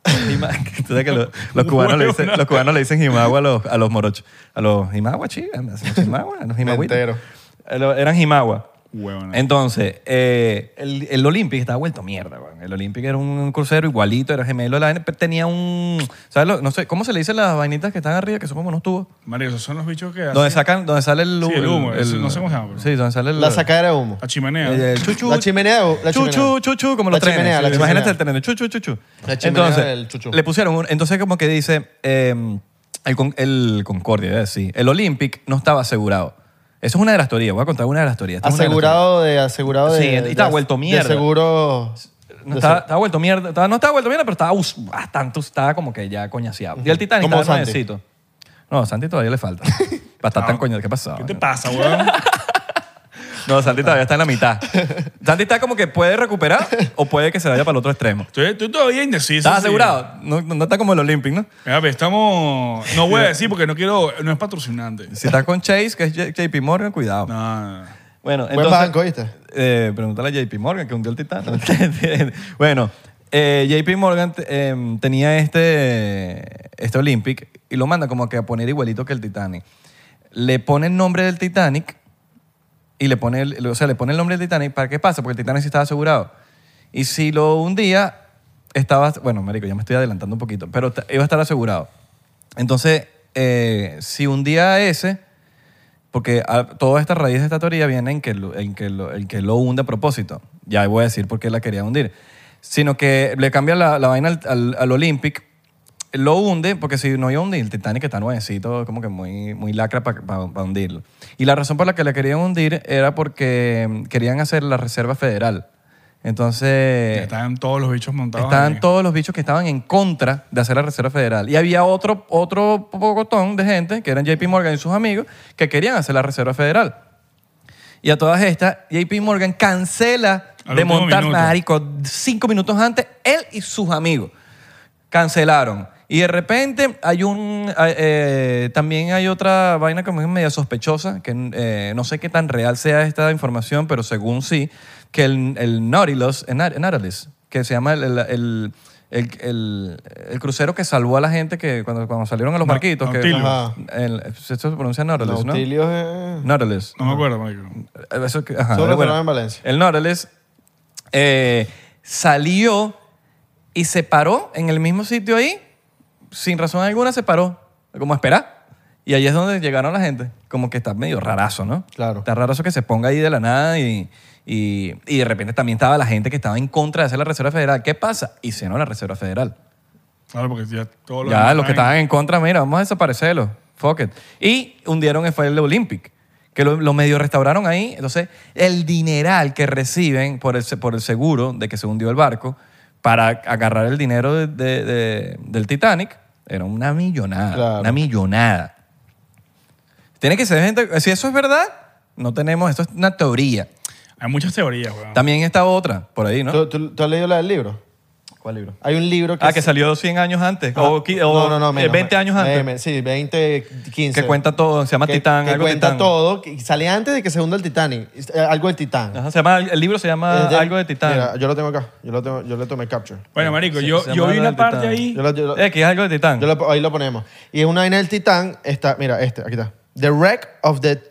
B: Jima- *laughs* Tú sabes que lo- los, cubanos le dicen, los cubanos le dicen Jimagua a los, a los morochos. A los Jimagua, chicas, Jimagua, a los jimagüitas.
A: Entero.
B: Eh, lo- Eran Jimagua.
C: Huevona.
B: Entonces, eh, el, el Olympic estaba vuelto mierda, weón. El Olympic era un crucero igualito, era gemelo. de La, vaina, pero tenía un. ¿Sabes? lo- no sé, ¿cómo se le dicen las vainitas que están arriba, que son como unos tubos?
C: Marico, esos son los bichos que
B: Donde
C: hacen
B: sacan, donde sale el
C: Sí, el humo, eso no sé cómo se llama, pero-
B: Sí, donde sale el.
A: La sacadera de humo.
B: Ah,
C: la chimenea.
B: el- el chuchu.
A: La chimenea de hu- la
B: chuchu,
A: chimenea.
B: chuchu, como
A: La
B: los trenes.
A: chimenea, la
B: Imagínate
A: chimenea.
B: el tren, el chuchu, chuchu.
A: La chimenea
B: entonces,
A: del chuchu.
B: Le pusieron un, entonces como que dice, eh, el, Con- el Concordia, eh, sí, el Olympic no estaba asegurado. Eso es una de las teorías, voy a contar una de las teorías. Esta es una de las
A: Asegurado de... Asegurado de...
B: Sí, y
A: de-
B: está vuelto
A: De
B: mierda.
A: seguro...
B: No
A: de
B: estaba,
A: se-
B: estaba vuelto mierda. Estaba- no estaba vuelto mierda, pero estaba us- bastante, estaba como que ya coñaseado. Y el Titanic
A: Como
B: estaba
A: Santi.
B: nuevecito. No, Santi todavía le falta. Para estar tan coño, ¿qué pasó?
C: ¿Qué te
B: *laughs*
C: pasa, weón?
B: No, Santi todavía está en la mitad. Santi está como que puede recuperar o puede que se vaya para el otro extremo.
C: Estoy, estoy todavía indeciso.
B: ¿Estás
C: sí.
B: asegurado? No, no está como el Olympic, ¿no?
C: Mira, pues, estamos... No voy a decir porque no quiero... No es patrocinante.
B: Si estás con Chase, que es J- JP Morgan, cuidado.
C: No, no, no.
B: Bueno,
A: Buen banco, ¿viste?
B: Eh, pregúntale a JP Morgan que hundió el Titanic. *laughs* bueno, eh, JP Morgan te- em, tenía este, este Olympic y lo manda como que a poner igualito que el Titanic. Le pone el nombre del Titanic y le pone el, o sea, le pone el nombre del Titanic para qué pasa, porque el Titanic sí estaba asegurado. Y si lo hundía, estaba, bueno, marico, ya me estoy adelantando un poquito, pero ta- iba a estar asegurado. Entonces, eh, si hundía a ese, porque a- todas estas raíces de esta teoría vienen en que, lo- en, que lo, en que lo hunde a propósito. Ya voy a decir por qué la quería hundir. Sino que le cambia la, la vaina al, al, al Olympic, lo hunde, porque si no iba a hundir, el Titanic está nuevecito, como que muy, muy lacra para hundirlo. Y la razón por la que le querían hundir era porque mm, querían hacer la Reserva Federal.
C: Ya
B: Entonces,
C: Estaban todos los bichos montados.
B: estaban
C: ahí.
B: Eh. todos los bichos que estaban en contra de hacer la Reserva Federal. Y había otro, otro pocotón de gente, que eran JP Morgan y sus amigos, que querían hacer la Reserva Federal. Y a todas estas, JP Morgan cancela
C: Al
B: de
C: último
B: montar
C: minuto.
B: marico cinco minutos antes, él y sus amigos cancelaron. Y de repente hay un. eh, eh, también hay otra vaina como es media sospechosa, que eh, no sé qué tan real sea esta información, pero según sí, que el, el Nautilus, el Nau- Nautilus, que se llama el, el, el- el- el- el crucero que salvó a la gente que cuando, cuando salieron a los
C: Na-
B: barquitos. que-
C: Nautilus.
A: Ajá.
B: el- esto se pronuncia Nautilus, ¿no?
A: Nautilus es...
B: Nautilus.
C: No me acuerdo, marico.
B: Eh, Eso, que- ajá,
A: Solo
B: pero
A: se lo ve en Valencia.
B: El Nautilus eh, salió y se paró en el mismo sitio ahí, sin razón alguna se paró, como esperar. Y ahí es donde llegaron la gente. Como que está medio rarazo, ¿no?
A: Claro.
B: Está rarazo que se ponga ahí de la nada y, y, y de repente también estaba la gente que estaba en contra de hacer la Reserva Federal. ¿Qué pasa? Hicieron la Reserva Federal.
C: Claro, porque ya todos los
B: Ya,
C: demás
B: los que estaban en contra, mira, vamos a desaparecerlos. Fuck it. Y hundieron el Fire Olympic, que lo, lo medio restauraron ahí. Entonces, el dineral que reciben por el, se- por el seguro de que se hundió el barco para agarrar el dinero de- de- de- del Titanic era una millonada.
A: Claro.
B: Una millonada. Tiene que ser gente. Si eso es verdad, no tenemos. Esto es una teoría.
C: Hay muchas teorías,
A: Ah.
C: weón.
B: También está otra por ahí, ¿no?
A: ¿Tú, tú, tú has leído la del libro?
B: ¿Cuál libro?
A: Hay un libro que...
B: Ah, que salió 100 años antes.
A: Ah,
B: o, qui- o, eh,
A: menos,
B: 20 años antes.
A: Eh, men- sí, 20, 15.
B: Que cuenta todo, se llama
A: Que-
B: Titán,
A: que
B: algo
A: cuenta
B: Titán.
A: todo. que sale antes de que se hunda el Titanic. eh, Algo del Titán.
B: Ajá, se llama, el libro se llama
A: Es de-
B: Ah, Algo de Titán.
A: Eh, Mira, yo lo tengo acá. Yo, lo tengo, yo le tomé capture.
C: Bueno, marico,
B: Se-
C: yo,
B: se
C: yo
B: llama
C: vi
B: algo
C: una
B: de
C: parte
B: Titán.
C: ahí.
A: Yo lo- yo lo-
B: Eh, que es algo de Titán.
A: Yo lo- ahí lo ponemos. Y es una vaina del Titán. Está, mira, este, aquí está. The Wreck of the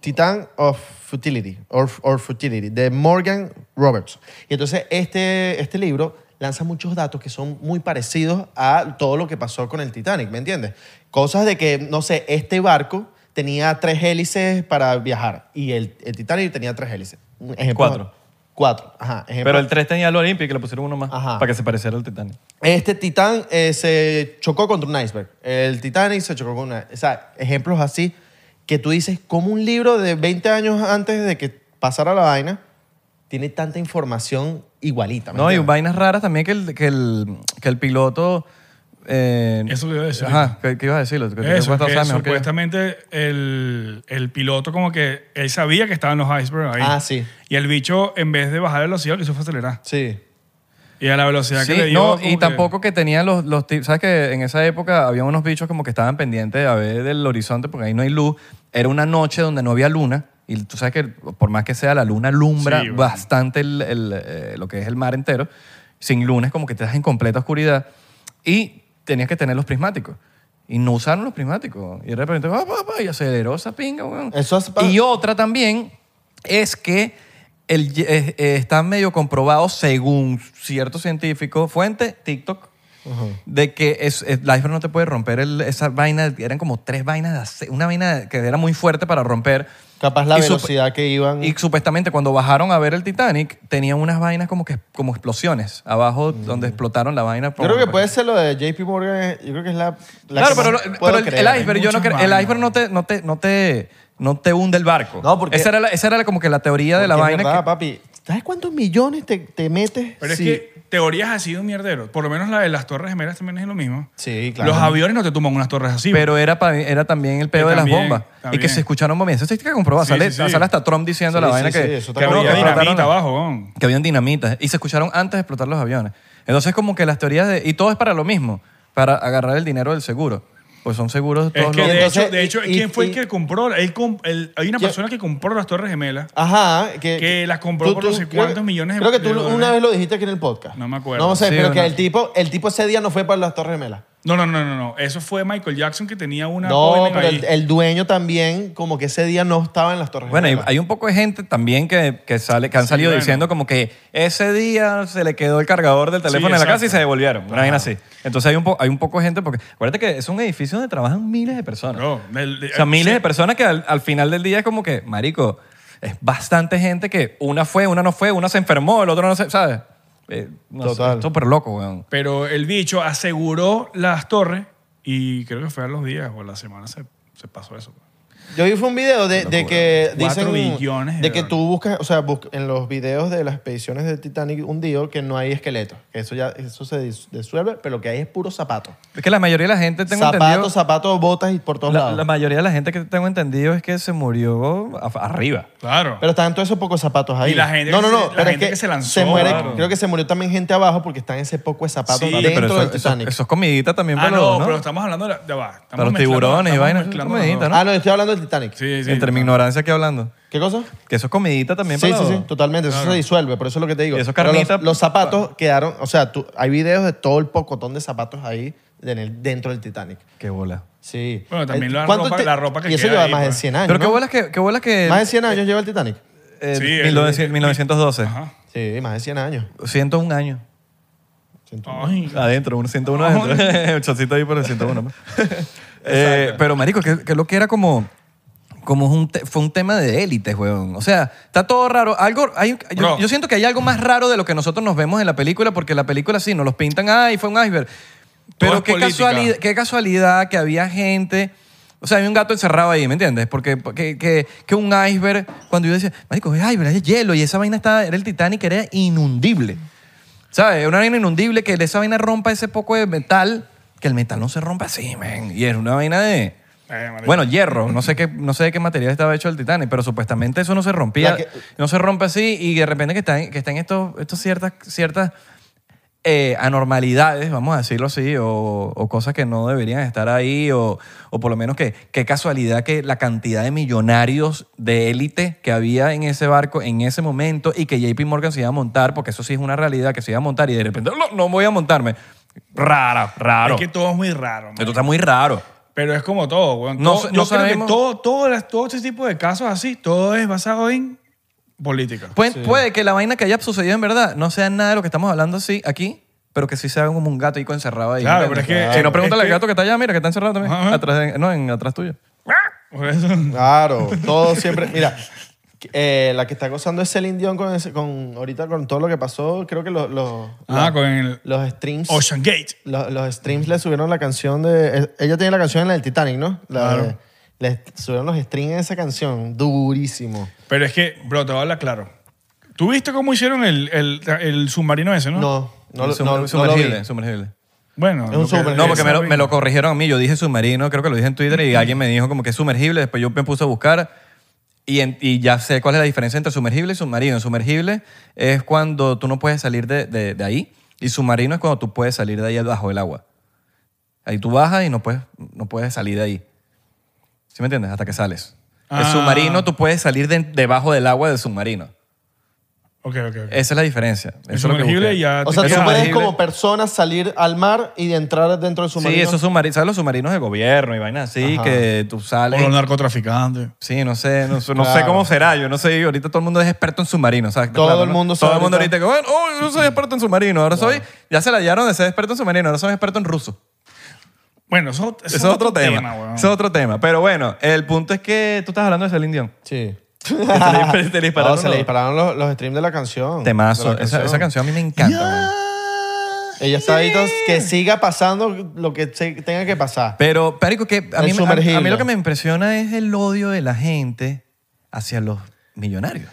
A: Titan of Futility. Or, or Futility. De Morgan Roberts. Y entonces este, este libro lanza muchos datos que son muy parecidos a todo lo que pasó con el Titanic, ¿me entiendes? Cosas de que, no sé, este barco tenía tres hélices para viajar y el, el Titanic tenía tres hélices. Un ejemplo-
B: Cuatro.
A: Cuatro, ajá. ejemplo.
B: Pero el 3 tenía el Olympic y le pusieron uno más
A: Ajá.
B: para que se pareciera al Titanic.
A: Este titán eh, se chocó contra un iceberg. El Titanic se chocó con una... O sea, ejemplos así que tú dices, como un libro de 20 años antes de que pasara la vaina, tiene tanta información igualita. ¿me
B: No, y
A: entiendes?
B: vainas raras también que el, que el, que el piloto... eh,
C: Eso iba a decir.
B: Ajá, ¿qué, qué ibas a decirlo? Que- que
C: Eso,
B: cuesta-
C: que
B: sabes mejor que yo.
C: supuestamente el, el piloto como que él sabía que estaban los icebergs ahí.
A: Ah, sí.
C: Y el bicho, en vez de bajar la velocidad, lo que hizo fue acelerar.
A: Sí.
C: Y a la velocidad
B: Sí,
C: que le dio...
B: no,
C: como
B: y
C: que-
B: tampoco que tenían los, los tips. ¿Sabes que en esa época había unos bichos como que estaban pendientes a ver del horizonte porque ahí no hay luz? Era una noche donde no había luna. Y tú sabes que por más que sea, la luna alumbra
C: Sí, bueno.
B: bastante el- el, eh, lo que es el mar entero. Sin luna es como que estás en completa oscuridad. Y tenías que tener los prismáticos. Y no usaron los prismáticos. Y de repente, pa, pa, pa, y aceleró esa pinga, weón.
A: Eso es pa-
B: Y otra también es que el, ye- eh, eh, está medio comprobado, según cierto científico, fuente, TikTok, de que es, es- el iceberg no te puede romper el- esa vaina. Eran como tres vainas de ace- Una vaina que era muy fuerte para romper.
A: Capaz la
B: Y sup-
A: velocidad que iban...
B: Y supuestamente cuando bajaron a ver el Titanic, tenían unas vainas como, que, como explosiones abajo donde explotaron la vaina.
A: Mm.
B: Oh,
A: yo creo que puede ser lo de JP Morgan. eh, Yo creo que es la... la
B: claro,
A: que
B: pero,
A: más
B: lo-
A: puedo
B: pero el-
A: creer.
B: el iceberg, yo no
C: muchas
B: creo- el
C: vainas.
B: iceberg no te, no te, no te, no te hunde el barco.
A: No, porque-
B: esa era, la, esa era como que la teoría de la
A: Porque es
B: vaina.
A: verdad,
B: que-
A: papi. ¿Sabes cuántos millones te, te metes?
C: Pero
A: si-
C: es que teorías así de un mierdero. Por lo menos la de las Torres Gemelas también es lo mismo.
A: Sí, claro.
C: Los aviones no te tumban unas torres así.
B: pero era, pa- era también el pedo
C: Y
B: de las
C: también,
B: bombas. Y que
C: también.
B: se escucharon bombas. Eso sí que comprobó.
C: Sí,
B: sale,
C: sí, sí.
B: sale hasta Trump diciendo
A: Sí,
B: la
A: sí,
B: vabrina
A: sí,
B: que,
A: eso está
C: que
A: como
C: no,
A: ya
C: que
B: explotaron-
C: dinamita abajo, weón.
B: que habían dinamitas. Y se escucharon antes de explotar los aviones. Entonces como que las teorías de... Y todo es para lo mismo. Para agarrar el dinero del seguro. Pues son seguros
C: Es
B: todos
C: que
B: los...
C: de,
A: Entonces,
C: hecho, de
A: y-
C: hecho,
A: y-
C: ¿quién fue
A: y-
C: el que compró? Él comp- él- hay una
A: Yo-
C: persona que compró las Torres Gemelas.
A: Ajá, que,
C: Que las compró por no sé
A: creo que-
C: cuántos millones de-
A: Creo que tú
C: de dólares.
A: una vez lo dijiste aquí en el podcast.
C: No me acuerdo.
A: No sé,
B: Sí,
A: pero que
B: bueno.
A: el tipo, el tipo ese día no fue para las Torres Gemelas.
C: No, no, no, no, no. Eso fue Michael Jackson que tenía una
A: No,
C: Boeing
A: pero
C: ahí.
A: el, el dueño también, como que ese día no estaba en las Torres
B: Bueno, hay,
A: Gemelas.
B: hay un poco de gente también que, que sale, que han
C: Sí,
B: salido
C: bueno.
B: diciendo como que ese día se le quedó el cargador del teléfono en la
C: exacto.
B: casa y se devolvieron. Una vaina así. Entonces hay un, po- hay un poco de gente porque... Acuérdate que es un edificio donde trabajan miles de personas.
C: Bro, el- el-
B: O sea, miles
C: sí.
B: de personas que al, al final del día es como que, marico, es bastante gente que una fue, una no fue, una se enfermó, el otro no se, ¿sabes? Eh, no sé,
A: Total.
B: es súper loco, weón.
C: Pero el bicho aseguró las torres y creo que fue a los días o a la semana se, se pasó eso.
A: Yo vi fue un video de, de que
C: Cuatro
A: dicen
C: billones de
A: de que
C: dólares.
A: tú buscas, o sea, bus- en los videos de las expediciones del Titanic hundido que no hay esqueletos, que eso ya eso se dis- disuelve, pero lo que hay es puro zapato.
B: Es que la mayoría de la gente, tengo entendido...
A: Zapatos, zapatos, botas y por todos
B: la,
A: lados.
B: la mayoría de la gente que tengo entendido es que se murió af- arriba.
C: Claro.
A: Pero estaban todos esos pocos zapatos ahí.
C: Y la gente
A: no,
C: que
A: no,
C: se-
A: no,
C: la
A: pero es
C: gente que se lanzó,
A: muere,
C: claro.
A: creo que se murió también gente abajo porque están ese poco de zapatos
C: Sí,
A: dentro
B: pero eso,
A: del
B: eso-
A: Titanic.
B: eso es comidita también
C: ah,
B: para
C: no,
B: los, ¿no?
C: pero estamos hablando de la- ya va, estamos
B: Para los
C: mezclando-
B: tiburones y
C: estamos
B: vainas,
C: mezclando
B: eso es comidita,
C: los dos.
A: Ah, no, yo estoy hablando del Titanic.
C: Sí, sí.
B: Entre mi ignorancia aquí hablando.
A: ¿Qué cosa?
B: Que eso es comidita también
A: Sí,
B: para
A: sí,
B: los-
A: sí, totalmente. Eso se disuelve, por eso es lo que te digo.
B: Y eso es
A: Pero
B: carnita-
A: los, los zapatos quedaron, o sea, tú- hay videos de todo el pocotón de zapatos ahí en el- dentro del Titanic.
B: Qué bola.
A: Sí.
C: Bueno, también
A: Eh,
C: la
A: ¿cuánto
C: ropa- la ropa que
A: Y eso
C: queda
A: lleva
C: ahí,
A: más de
C: pues.
A: 100 años.
B: Pero qué
A: ¿no?
B: bolas que, qué bolas que...
A: Más de 100 años lleva el Titanic.
B: eh,
C: Sí, el-
B: 1900 1912.
C: Ajá.
A: Sí, más de 100 años.
B: 101 años.
A: Siento-
C: Ay,
B: *laughs* Adentro, uno 101 adentro. *laughs* El chocito ahí por el 101.
C: *laughs*
B: pues. Eh, pero, marico, que, que lo que era como... Como es un te- fue un tema de élites, weón. O sea, está todo raro. Algo, hay- yo,
C: Bro.
B: yo siento que hay algo más raro de lo que nosotros nos vemos en la película, porque la película sí, nos los pintan, ay, fue un iceberg.
C: Todo
B: Pero
C: es
B: qué
C: política.
B: casualidad, qué casualidad que había gente. O sea, había un gato encerrado ahí, ¿me entiendes? Porque porque- que, que un iceberg, cuando yo decía, marico, es iceberg, es hielo, y esa vaina estaba, era el Titanic, era inundible. ¿Sabes? Una vaina inundible que esa vaina rompa ese poco de metal, que el metal no se rompa así, men. Y era una vaina de.
C: Eh, marico.
B: Bueno, hierro, no sé, qué, no sé de qué material estaba hecho el Titanic, pero supuestamente eso no se rompía,
A: La que-
B: no se rompe así y de repente que están, que están estos, estos ciertas, ciertas eh, anormalidades, vamos a decirlo así, o, o cosas que no deberían estar ahí, o, o por lo menos que qué casualidad que la cantidad de millonarios de élite que había en ese barco en ese momento y que JP Morgan se iba a montar, porque eso sí es una realidad, que se iba a montar y de repente no, no voy a montarme. Rara, raro.
C: Es que todo es muy raro. marico.
B: Esto está muy raro.
C: Pero es como todo, weón.
B: No
C: Todo-
B: sa-
C: yo
B: no
C: creo
B: sabemos-
C: que todo, todo, las- todo este tipo de casos así, todo es basado en política.
B: Pueden- Puede que la vaina que haya sucedido en verdad no sea nada de lo que estamos hablando así, aquí, pero que sí sea como un gato ahí encerrado ahí.
C: Claro,
B: ¿entiendes?
C: pero es que-
B: Si no, pregúntale
C: es
B: al
C: que-
B: gato que está allá, mira, que está encerrado también.
C: Ajá.
B: Atrás de- no, en, atrás tuyo. *laughs*
C: Por eso.
B: Ah.
A: Claro, todo siempre. Mira, eh, la que está gozando es Celine Dion con, ese- con ahorita con todo lo que pasó. Creo que los, los,
C: Ah, con el
A: los streams.
C: Ocean Gate.
A: Los, los streams le subieron la canción de. eh, Ella tiene la canción en la del Titanic, ¿no? La
C: Claro.
A: de- le subieron los streams en esa canción. Durísimo.
C: Pero es que, bro, te voy a hablar claro. ¿Tú viste cómo hicieron el, el, el submarino ese, no?
A: No, no, lo-
B: Sum-
A: no- no lo vi.
B: sumergible, sumergible.
C: Bueno.
A: Es
C: lo
A: un
C: que-
A: submarino.
B: No, porque me lo, me lo corrigieron a mí. Yo dije submarino, creo que lo dije en Twitter y alguien me dijo como que es sumergible. Después yo me puse a buscar y, en- y ya sé cuál es la diferencia entre sumergible y submarino. Sumergible es cuando tú no puedes salir de, de- de ahí y submarino es cuando tú puedes salir de ahí bajo el agua. Ahí tú bajas y no puedes, no puedes salir de ahí. ¿Sí me entiendes? Hasta que sales. El
C: Ah.
B: submarino tú puedes salir de- debajo del agua del submarino.
C: Ok, ok, ok.
B: Esa es la diferencia. Eh, Eso
C: El
B: es lo que
C: sumergible
B: busqué.
C: ya...
A: O
C: te
A: sea,
C: queda-
A: tú puedes
B: sumergible.
A: como persona salir al mar y entrar dentro del submarino.
B: Sí, esos submarinos, ¿sabes? Los submarinos de gobierno y vainas así,
A: Ajá.
B: que tú
C: O
B: sales.
C: los narcotraficantes.
B: Sí, no sé, no, sé- no sé
A: Claro.
B: cómo será. Yo no sé, ahorita todo el mundo es experto en submarinos. ¿sabes?
A: Todo
B: Claro,
A: el
B: ¿no?
A: mundo
B: Todo
A: sabe
B: el mundo
A: ahorita.
B: ahorita que, bueno, oh, yo soy experto en submarinos. Ahora soy, ya se la hallaron de ser experto en submarinos, ahora soy experto en ruso.
C: Bueno, eso, eso
B: Eso es otro tema.
C: weón.
B: Eso es otro tema. Pero bueno, el punto es que tú estás hablando de Celine Dion.
A: Sí.
B: Te
A: *laughs*
B: le- te le dispararon
A: No, se le
B: los-
A: dispararon los, los streams de la canción. de
B: Temazo.
A: la
B: Esa, esa canción a mí me encanta. man.
A: Ella está ahí, entonces, que siga pasando lo que se- tenga que pasar.
B: Pero, Perico, que a
A: El
B: mí, me- a- a, mí
A: sumergible.
B: lo que me impresiona es el odio de la gente hacia los millonarios.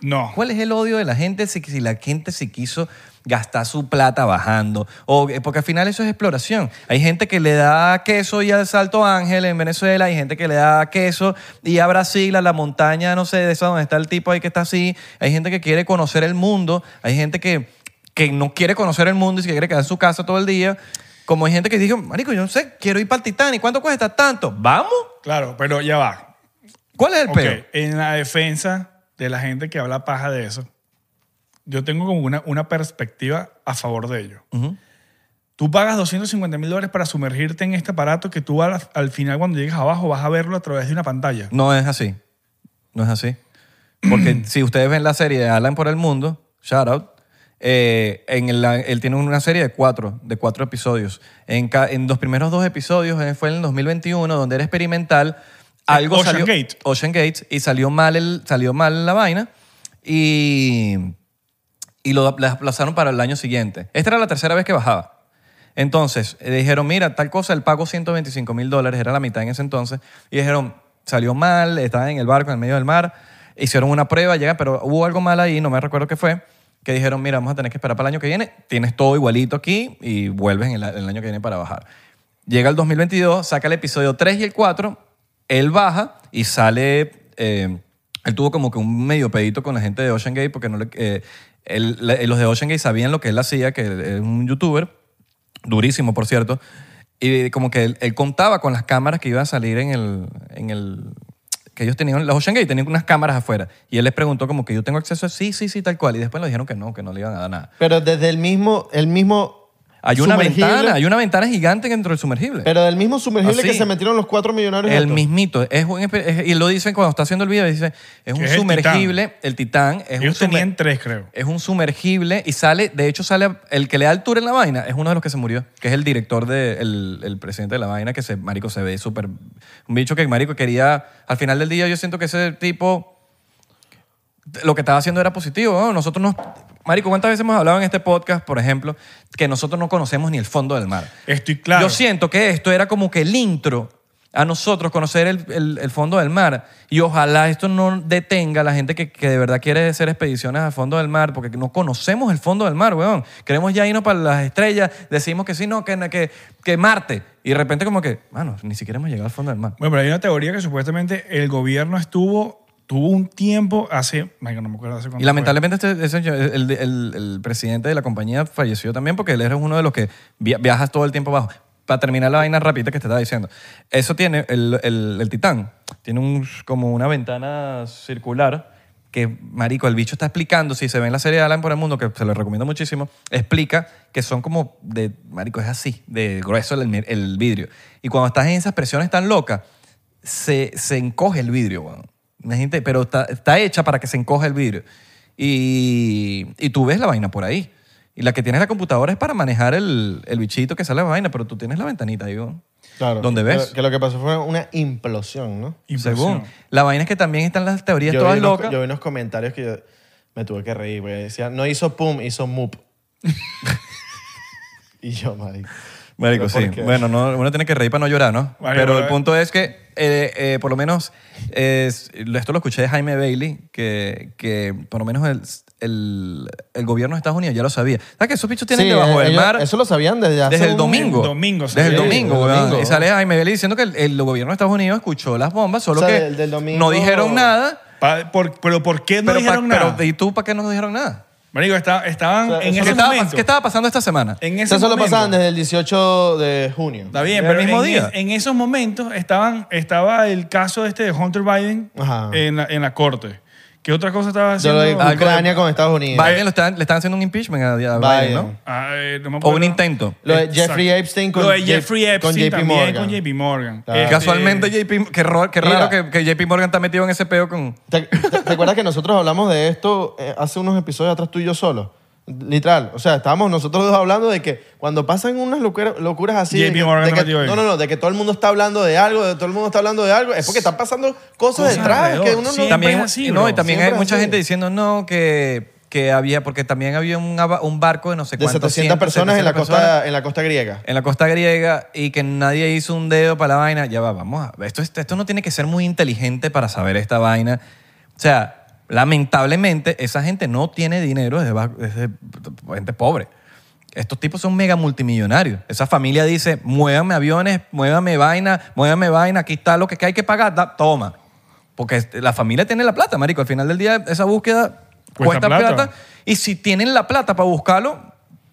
C: No.
B: ¿Cuál es el odio de la gente si, si la gente se quiso gastar su plata bajando? O, eh, porque al final eso es exploración. Hay gente que le da queso y al Salto Ángel en Venezuela, hay gente que le da queso y a Brasil, a la montaña, no sé, de esa donde está el tipo ahí que está así. Hay gente que quiere conocer el mundo, hay gente que, que no quiere conocer el mundo y se quiere quedar en su casa todo el día. Como hay gente que dijo, marico, yo no sé, quiero ir para el Titanic, ¿cuánto cuesta? ¿Tanto? ¿Vamos?
C: Claro, pero ya va.
B: ¿Cuál es el
C: Ok,
B: peo?
C: En la defensa de la gente que habla paja de eso, yo tengo como una, una perspectiva a favor de ello.
B: Ujú.
C: Tú pagas 250 mil dólares para sumergirte en este aparato que tú al, al final cuando llegues abajo vas a verlo a través de una pantalla.
B: No es así. No es así.
C: *clears throat*
B: Porque si ustedes ven la serie de Alan por el mundo, shout out, eh, en el- él tiene una serie de cuatro, de cuatro episodios. En, ca- en los primeros dos episodios, eh, fue en el 2021, donde era experimental, algo
C: Eh, Ocean
B: salió...
C: Gate.
B: Ocean Gates. Y salió mal, el, salió mal la vaina. Y y lo la aplazaron para el año siguiente. Esta era la tercera vez que bajaba. Entonces, eh, dijeron, mira, tal cosa, el pago 125 mil dólares, era la mitad en ese entonces, y dijeron, salió mal, estaba en el barco, en el medio del mar, hicieron una prueba, llega, pero hubo algo mal ahí, no me recuerdo qué fue, que dijeron, mira, vamos a tener que esperar para el año que viene, tienes todo igualito aquí y vuelves en el, el año que viene para bajar. Llega el 2022, saca el episodio 3 y el 4, él baja y sale... eh, él tuvo como que un medio pedito con la gente de Ocean Gate porque no le- eh, él- la- eh, los de Ocean Gate sabían lo que él hacía, que él es un youtuber, durísimo por cierto, y como que él, él contaba con las cámaras que iban a salir en el, en el... que ellos tenían, los Ocean Gate tenían unas cámaras afuera, y él les preguntó como que yo tengo acceso a sí, sí, sí, tal cual, y después le dijeron que no, que no le iban a dar nada.
A: Pero desde el mismo, el mismo
B: Hay una
A: sumergible-
B: ventana, hay una ventana gigante dentro del sumergible.
A: Pero del mismo sumergible
B: Así.
A: que se metieron los cuatro millonarios.
B: El
A: estos.
B: mismito. Es un, es- y lo dicen cuando está haciendo el video, dice, es un
C: es el
B: sumergible, el titán, es un
C: Ellos
B: sumer-
C: tenían tres, creo.
B: Es un sumergible y sale, de hecho sale, el que le da el tour en la vaina es uno de los que se murió, que es el director del el, el presidente de la vaina, que se, marico, se ve súper... Un bicho que marico quería... Al final del día yo siento que ese tipo, lo que estaba haciendo era positivo, ¿no? Nosotros nos... Marico, ¿cuántas veces hemos hablado en este podcast, por ejemplo, que nosotros no conocemos ni el fondo del mar?
C: Estoy claro.
B: Yo siento que esto era como que el intro a nosotros conocer el, el- el fondo del mar. Y ojalá esto no detenga a la gente que, que de verdad quiere hacer expediciones al fondo del mar, porque no conocemos el fondo del mar, weón. Queremos ya irnos para las estrellas, decimos que sí, no, que, que, que Marte. Y de repente como que, mano, ni siquiera hemos llegado al fondo del mar.
C: Bueno, pero hay una teoría que supuestamente el gobierno estuvo, tuvo un tiempo hace, marico, no me acuerdo hace cuánto.
B: Y
C: fue.
B: lamentablemente este- ese- el, el- el presidente de la compañía falleció también porque él era uno de los que via- viajas todo el tiempo abajo. Para terminar la vaina rapidita que te estaba diciendo. Eso tiene, el, el- el Titán, tiene un- como una ventana circular que, marico, el bicho está explicando, si se ve en la serie de Alan por el mundo, que se lo recomiendo muchísimo, explica que son como de, marico, es así, de grueso el, el vidrio. Y cuando estás en esas presiones tan locas, se, se encoge el vidrio, weón. Imagínate, pero está, está hecha para que se encoja el vidrio. Y, y tú ves la vaina por ahí. Y la que tienes la computadora es para manejar el, el bichito que sale la vaina, pero tú tienes la ventanita ahí, weón.
A: Claro.
B: ¿Dónde ves?
A: Que, que lo que pasó fue una implosión, ¿no?
C: Impresión.
B: Según. La vaina es que también están las teorías
A: Yo
B: todas
A: vi unos-
B: locas.
A: yo vi unos comentarios que yo me tuve que reír, porque decía, no hizo pum, hizo
B: *laughs*
A: mup. y yo, marico.
B: Marico,
A: ¿Pero por
B: sí.
A: qué?
B: Bueno, no, uno tiene que reír para no llorar, ¿no?
C: Vale,
B: Pero
C: vale.
B: el punto es que, eh, eh, por lo menos, es- esto lo escuché de Jaime Bailey, que, que por lo menos el, el, el gobierno de Estados Unidos ya lo sabía. ¿Sabes que esos bichos tienen
A: Sí, eh,
B: debajo del
A: ellos-
B: mar?
A: Eso lo sabían desde hace
B: Desde el
A: un-
B: domingo.
C: El domingo, sí.
B: Desde el
A: Sí,
B: domingo,
A: el
B: weón.
A: domingo.
B: Y sale Jaime Bailey diciendo que el, el gobierno de Estados Unidos escuchó las bombas, solo
A: O sea,
B: que
A: del- del domingo-
B: no dijeron nada.
C: Pa- por- pero ¿por qué no
B: pero, pa-
C: dijeron
B: pero,
C: nada?
B: ¿y tú para qué no dijeron nada?
C: Marico, está- estaban
A: O sea, eso-
C: en
B: ¿Qué
C: ese
B: estaba, pas-
C: momento.
B: qué estaba pasando esta semana?
C: En ese
A: Eso solo
C: momento.
A: pasaban desde el 18 de junio.
C: Está bien,
B: Del
C: pero
B: mismo
C: en,
B: día.
C: en esos momentos estaban, estaba el caso este de Hunter Biden
A: Ajá.
C: en la, en la corte. ¿Qué otra cosa estaba
A: Yo
C: haciendo?
A: lo digo,
B: Ah,
A: Ucrania con Estados Unidos.
B: Biden lo están- le están haciendo un impeachment a, a Biden,
A: Biden.
B: ¿no?
C: Ah, eh, no me
B: O
C: acuerdo.
B: un intento.
A: Lo de
C: Exacto.
A: Jeffrey Epstein con,
C: Lo de
A: J-
C: Jeffrey Epstein
A: con JP
C: también
A: Morgan.
C: con JP Morgan.
A: Claro.
C: Este,
B: Casualmente, JP, qué, ro- qué
A: Mira.
B: raro que, que JP Morgan está metido en ese peo con...
A: ¿Te, te- te acuerdas que nosotros hablamos de esto eh, hace unos episodios atrás tú y yo solo? Literal, o sea, estábamos nosotros dos hablando de que cuando pasan unas locura- locuras así... de
C: JP
A: que-
C: Morgan
A: de
C: no
A: que-
C: metió ahí.
A: no, no, no, de que todo el mundo está hablando de algo, de todo el mundo está hablando de algo, es porque están pasando cosas,
C: Cosas
A: detrás que
C: alrededor,
A: uno no...
C: siempre
B: también,
C: es así,
B: no,
C: bro.
B: y también
A: Siempre
B: hay
A: es
B: mucha
A: así.
B: gente diciendo no, que, que había, porque también había un, ava- un barco de no sé
A: De
B: cuántos
A: 700 personas en la, costa, en la costa griega.
B: en la costa griega y que nadie hizo un dedo para la vaina, ya va, vamos a esto, es- esto no tiene que ser muy inteligente para saber esta vaina. O sea, lamentablemente esa gente no tiene dinero desde, ba- desde gente pobre. Estos tipos son mega multimillonarios. Esa familia dice, muévame aviones, muévame vaina, muévame vaina, aquí está lo que que hay que pagar, da- toma. Porque este, la familia tiene la plata, marico. Al final del día esa búsqueda cuesta,
C: Cuesta
B: plata.
C: plata.
B: Y si tienen la plata para buscarlo,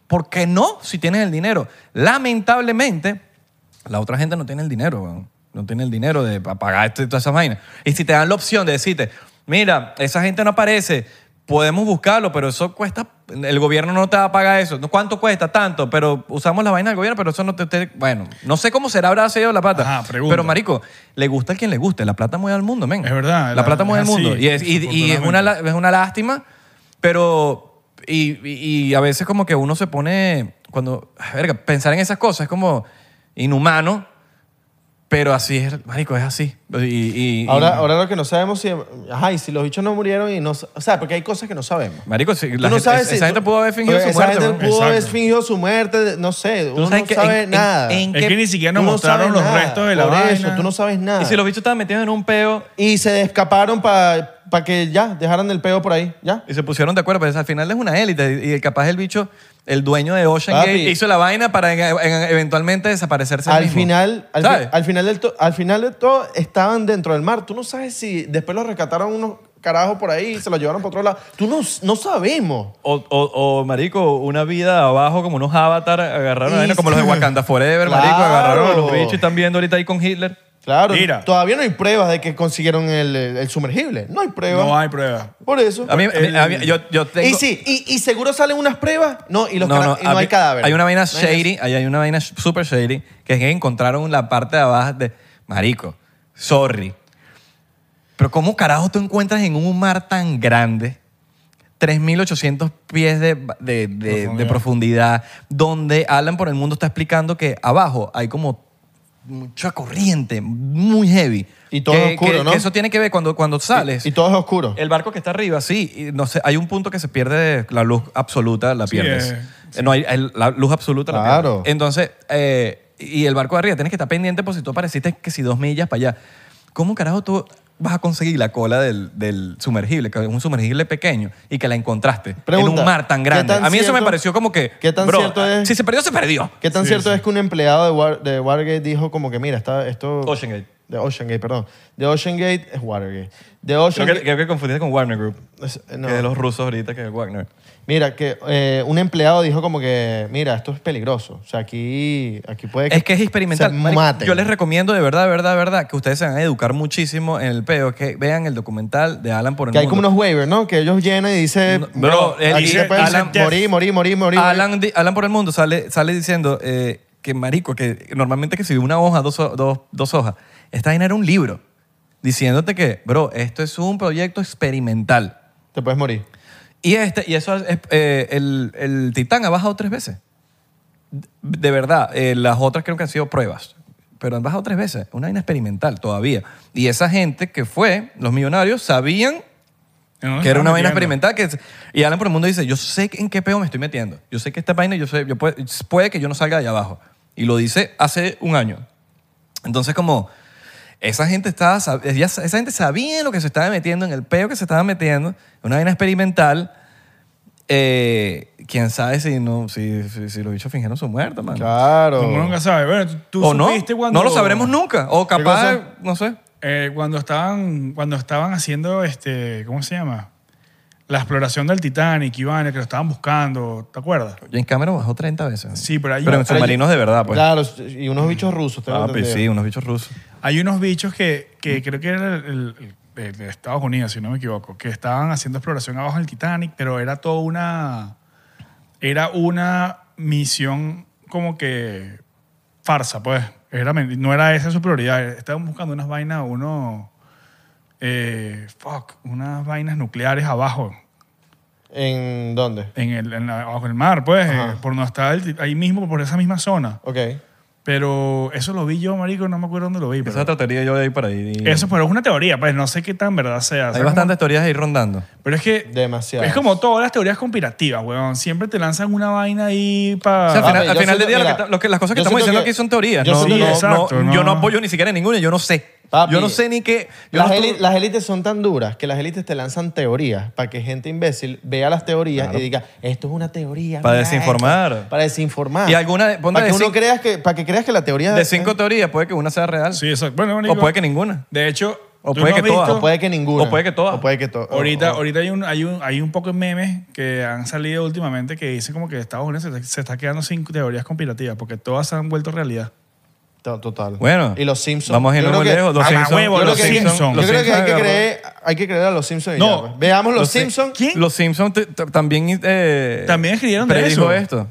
B: ¿por qué no si tienes el dinero? Lamentablemente, la otra gente no tiene el dinero, weón. No tiene el dinero de, para pagar esto y todas esas vainas. Y si te dan la opción de decirte, mira, esa gente no aparece, podemos buscarlo, pero eso cuesta, el gobierno no te va a pagar eso. ¿Cuánto cuesta? Tanto, pero usamos la vaina del gobierno, pero eso no te... te- bueno, no sé cómo será, habrá sido la plata.
C: Ajá, pregunta.
B: Pero, marico, le gusta a quien le guste. La plata mueve al mundo, men.
C: Es verdad,
B: La,
C: la-
B: plata mueve al
C: es
B: mundo.
C: así,
B: Y es, y- y es una, la- es una lástima, pero... Y, y- y a veces como que uno se pone... Cuando... Verga, pensar en esas cosas es como inhumano, pero así es, marico, es así. Y, y- y-
A: Ahora, ahora lo que no sabemos si... Ajá, y si los bichos no murieron y no... O sea, porque hay cosas que no sabemos.
B: Marico, si
A: Tú
B: la
A: no
B: gente-
A: sabes
B: esa
A: si-
B: gente pudo haber fingido
A: Esa
B: su muerte.
A: gente
B: weón.
A: pudo haber
C: Exacto.
A: fingido su muerte, no sé, uno
B: sabes
A: no
B: que
A: sabe
B: en- en-
A: nada.
B: en-
C: Es
B: ¿Qué?
C: que ni siquiera nos
A: Tú no
C: mostraron
A: sabes
C: los
A: nada.
C: restos de la
A: Por
C: vaina.
A: eso, tú no sabes nada.
B: Y
A: Y,
B: si los bichos estaban metidos en un peo
A: se escaparon para que ya dejaran el peo por ahí, ¿ya?
B: y se pusieron de acuerdo, pues al final es una élite y y capaz el bicho, el dueño de Ocean
A: Papi.
B: Gate, hizo la vaina para en- en- eventualmente desaparecerse él
A: Al
B: mismo.
A: final, al,
B: ¿Sabes?
A: fi- al final del to- al final de todo estaban dentro del mar. Tú no sabes si después los rescataron unos carajos por ahí y se los llevaron para otro lado. Tú no, no sabemos.
B: O, o- o, marico, una vida abajo como unos avatar agarraron
A: Y-
B: la vaina, como los de Wakanda Forever, marico,
A: Claro.
B: agarraron a los bichos y están viendo ahorita ahí con Hitler.
A: Claro,
C: Mira.
A: todavía no hay pruebas de que consiguieron el, el sumergible. No hay pruebas.
C: No hay prueba.
A: Por eso. Eh,
B: A mí, a mí- a mí- yo, yo tengo...
A: Y sí, y, y seguro salen unas pruebas. No, y los cara- y no,
B: a mí-
A: hay cadáveres.
B: Hay una vaina
A: No hay-
B: shady, ahí hay una vaina super shady, que es que encontraron la parte de abajo de, marico, sorry, pero ¿cómo carajo tú encuentras en un mar tan grande 3.800 pies de, de- de- de profundidad, donde Alan por el mundo está explicando que abajo hay como mucha corriente, muy heavy.
A: Y todo
B: Que-
A: oscuro,
B: que-
A: ¿no?
B: que eso tiene que ver cuando, cuando sales.
A: Y todo es oscuro.
B: El barco que está arriba, sí. y no sé, hay un punto que se pierde la luz absoluta, la
C: Sí,
B: pierdes.
C: eh,
B: No, hay, el- la luz absoluta la
A: Claro.
B: pierdes. Entonces, eh, y el barco de arriba, tienes que estar pendiente por si tú apareciste que si dos millas para allá. ¿Cómo carajo tú vas a conseguir la cola del, del sumergible, que es un sumergible pequeño, y que la encontraste en
A: Pregunta,
B: un mar tan
A: ¿qué
B: grande?
A: tan
B: a mí eso me
A: cierto-
B: pareció como que,
A: qué tan
B: bro,
A: cierto es?
B: si se perdió, se perdió.
A: ¿Qué tan
C: Sí,
A: cierto
C: sí.
A: es que un empleado de, War- de Watergate dijo como que, mira, está, esto...
B: Oceangate.
A: De Oceangate, perdón. De Oceangate es Watergate. De Ocean
B: Creo que, creo que confundiste con Warner Group,
A: Es- eh, no.
B: que es de los rusos ahorita, que es Wagner.
A: Mira, que eh, un empleado dijo como que, mira, esto es peligroso. O sea, aquí, aquí puede
B: Es que es experimental.
A: se
B: marico.
A: maten.
B: Yo les recomiendo de verdad, de verdad, de verdad, que ustedes se van a educar muchísimo en el peo, que vean el documental de Alan por el
A: Que hay
B: mundo.
A: como unos waivers, ¿no? Que ellos llenan y dicen,
B: No, bro, él
A: aquí
B: dice-
A: se pueden
B: Alan-
A: morir, morir, morir, morir.
B: Alan, di- Alan por el mundo sale, sale diciendo eh, que marico, que normalmente que si una hoja, dos, ho- dos, dos hojas, esta vaina era un libro diciéndote que, bro, esto es un proyecto experimental.
A: Te puedes morir.
B: Y, este, y eso es, eh, el, el Titán ha bajado tres veces. De verdad, eh, las otras creo que han sido pruebas, pero han bajado tres veces. Una vaina experimental todavía. Y esa gente que fue, los millonarios, sabían que era una vaina experimental. Que, y Alan por el mundo dice, yo sé en qué peo me estoy metiendo. Yo sé que esta vaina, yo sé, yo puede, puede que yo no salga de allá abajo. Y lo dice hace un año. Entonces como... Esa gente, estaba, sab- ya- esa gente sabía en lo que se estaba metiendo, en el peo que se estaba metiendo, una vaina experimental. Eh, quién sabe si, no, si, si, si los bichos fingieron su muerte, man.
A: Claro.
C: Uno nunca sabe. Bueno, tú- tú
B: o no.
C: supiste cuando...
B: No lo sabremos nunca. O capaz,
A: cosa?
B: no sé.
C: Eh, cuando estaban cuando estaban haciendo este cómo se llama la exploración del Titanic Iván que lo estaban buscando ¿te acuerdas?
B: James Cameron bajó 30 veces.
C: Sí, pero hay-
B: en
C: hay-
B: submarinos de verdad, pues.
A: Claro, y unos bichos rusos. tengo
B: Ah, pues
A: entendido.
B: sí, unos bichos rusos.
C: hay unos bichos que, que creo que era el, el- el de Estados Unidos si no me equivoco que estaban haciendo exploración abajo del Titanic pero era toda una era una misión como que farsa pues era, men- no era esa su prioridad estaban buscando unas vainas uno eh, fuck unas vainas nucleares abajo
A: ¿En dónde?
C: en el, en la- bajo el mar, pues,
A: Ajá.
C: eh, por no estar el- ahí mismo, por esa misma zona.
A: Ok.
C: Pero eso lo vi yo, marico, no me acuerdo dónde lo vi. Pero
B: Esa trataría yo de ir para ahí. y-
C: eso, pero es una teoría, pues, no sé qué tan verdad sea. O sea,
B: Hay bastantes teorías ahí rondando.
C: como- pero es que
A: Demasiado.
C: es como todas las teorías conspirativas, weón. Siempre te lanzan una vaina ahí
B: O sea,
C: para...
B: al final,
A: Papi,
B: al
A: yo
B: final
A: siento-
B: del día, lo que
A: mira,
B: ta- lo que- las cosas que
A: yo
B: estamos
A: siento
B: diciendo
A: que-
B: aquí son teorías.
A: yo
B: No,
A: siento
B: no-
A: que-
B: no-
C: exacto, no.
B: Yo no apoyo ni siquiera en ninguna. Yo no sé.
A: Papi,
B: yo no sé ni qué. yo
A: Las
B: no estoy-
A: élites- las élites son tan duras que las élites te lanzan teorías para que gente imbécil vea las teorías y diga, esto es una teoría.
B: Para
A: mira esto".
B: desinformar.
A: Para desinformar.
B: Y alguna de- ponte
A: Para que,
B: de
A: uno
B: cin-
A: creas que, para que creas que la teoría...
B: De cinco teorías, puede que una sea real.
C: Sí, exacto. Bueno, marico,
B: o puede que ninguna.
C: De hecho,
B: O
C: tú
B: puede
C: no
B: que
C: has visto-
B: todas,
A: O puede que ninguna.
B: O puede que todas.
A: O puede que todas.
C: Ahorita, ahorita hay, un, hay, un, hay un poco de memes que han salido últimamente que dicen como que Estados Unidos se está, se está quedando sin teorías conspirativas porque todas se han vuelto realidad.
A: To- Total.
B: Bueno.
A: Y los Simpsons.
B: Vamos a irnos
A: Yo creo
B: muy
A: que-
B: lejos. Los
C: Mamá
B: Simpsons.
C: huevo,
B: yo
C: los
B: creo que-
C: Simpsons.
B: los
A: Yo creo que hay que,
B: Simpsons,
A: creer, hay que creer a los Simpsons. y
C: No.
A: ya, pues. Veamos los,
B: Los Sim-
A: Simpsons.
C: ¿Quién?
B: Los Simpsons t- t- también. eh,
C: También escribieron de
B: predijo
C: eso.
B: esto.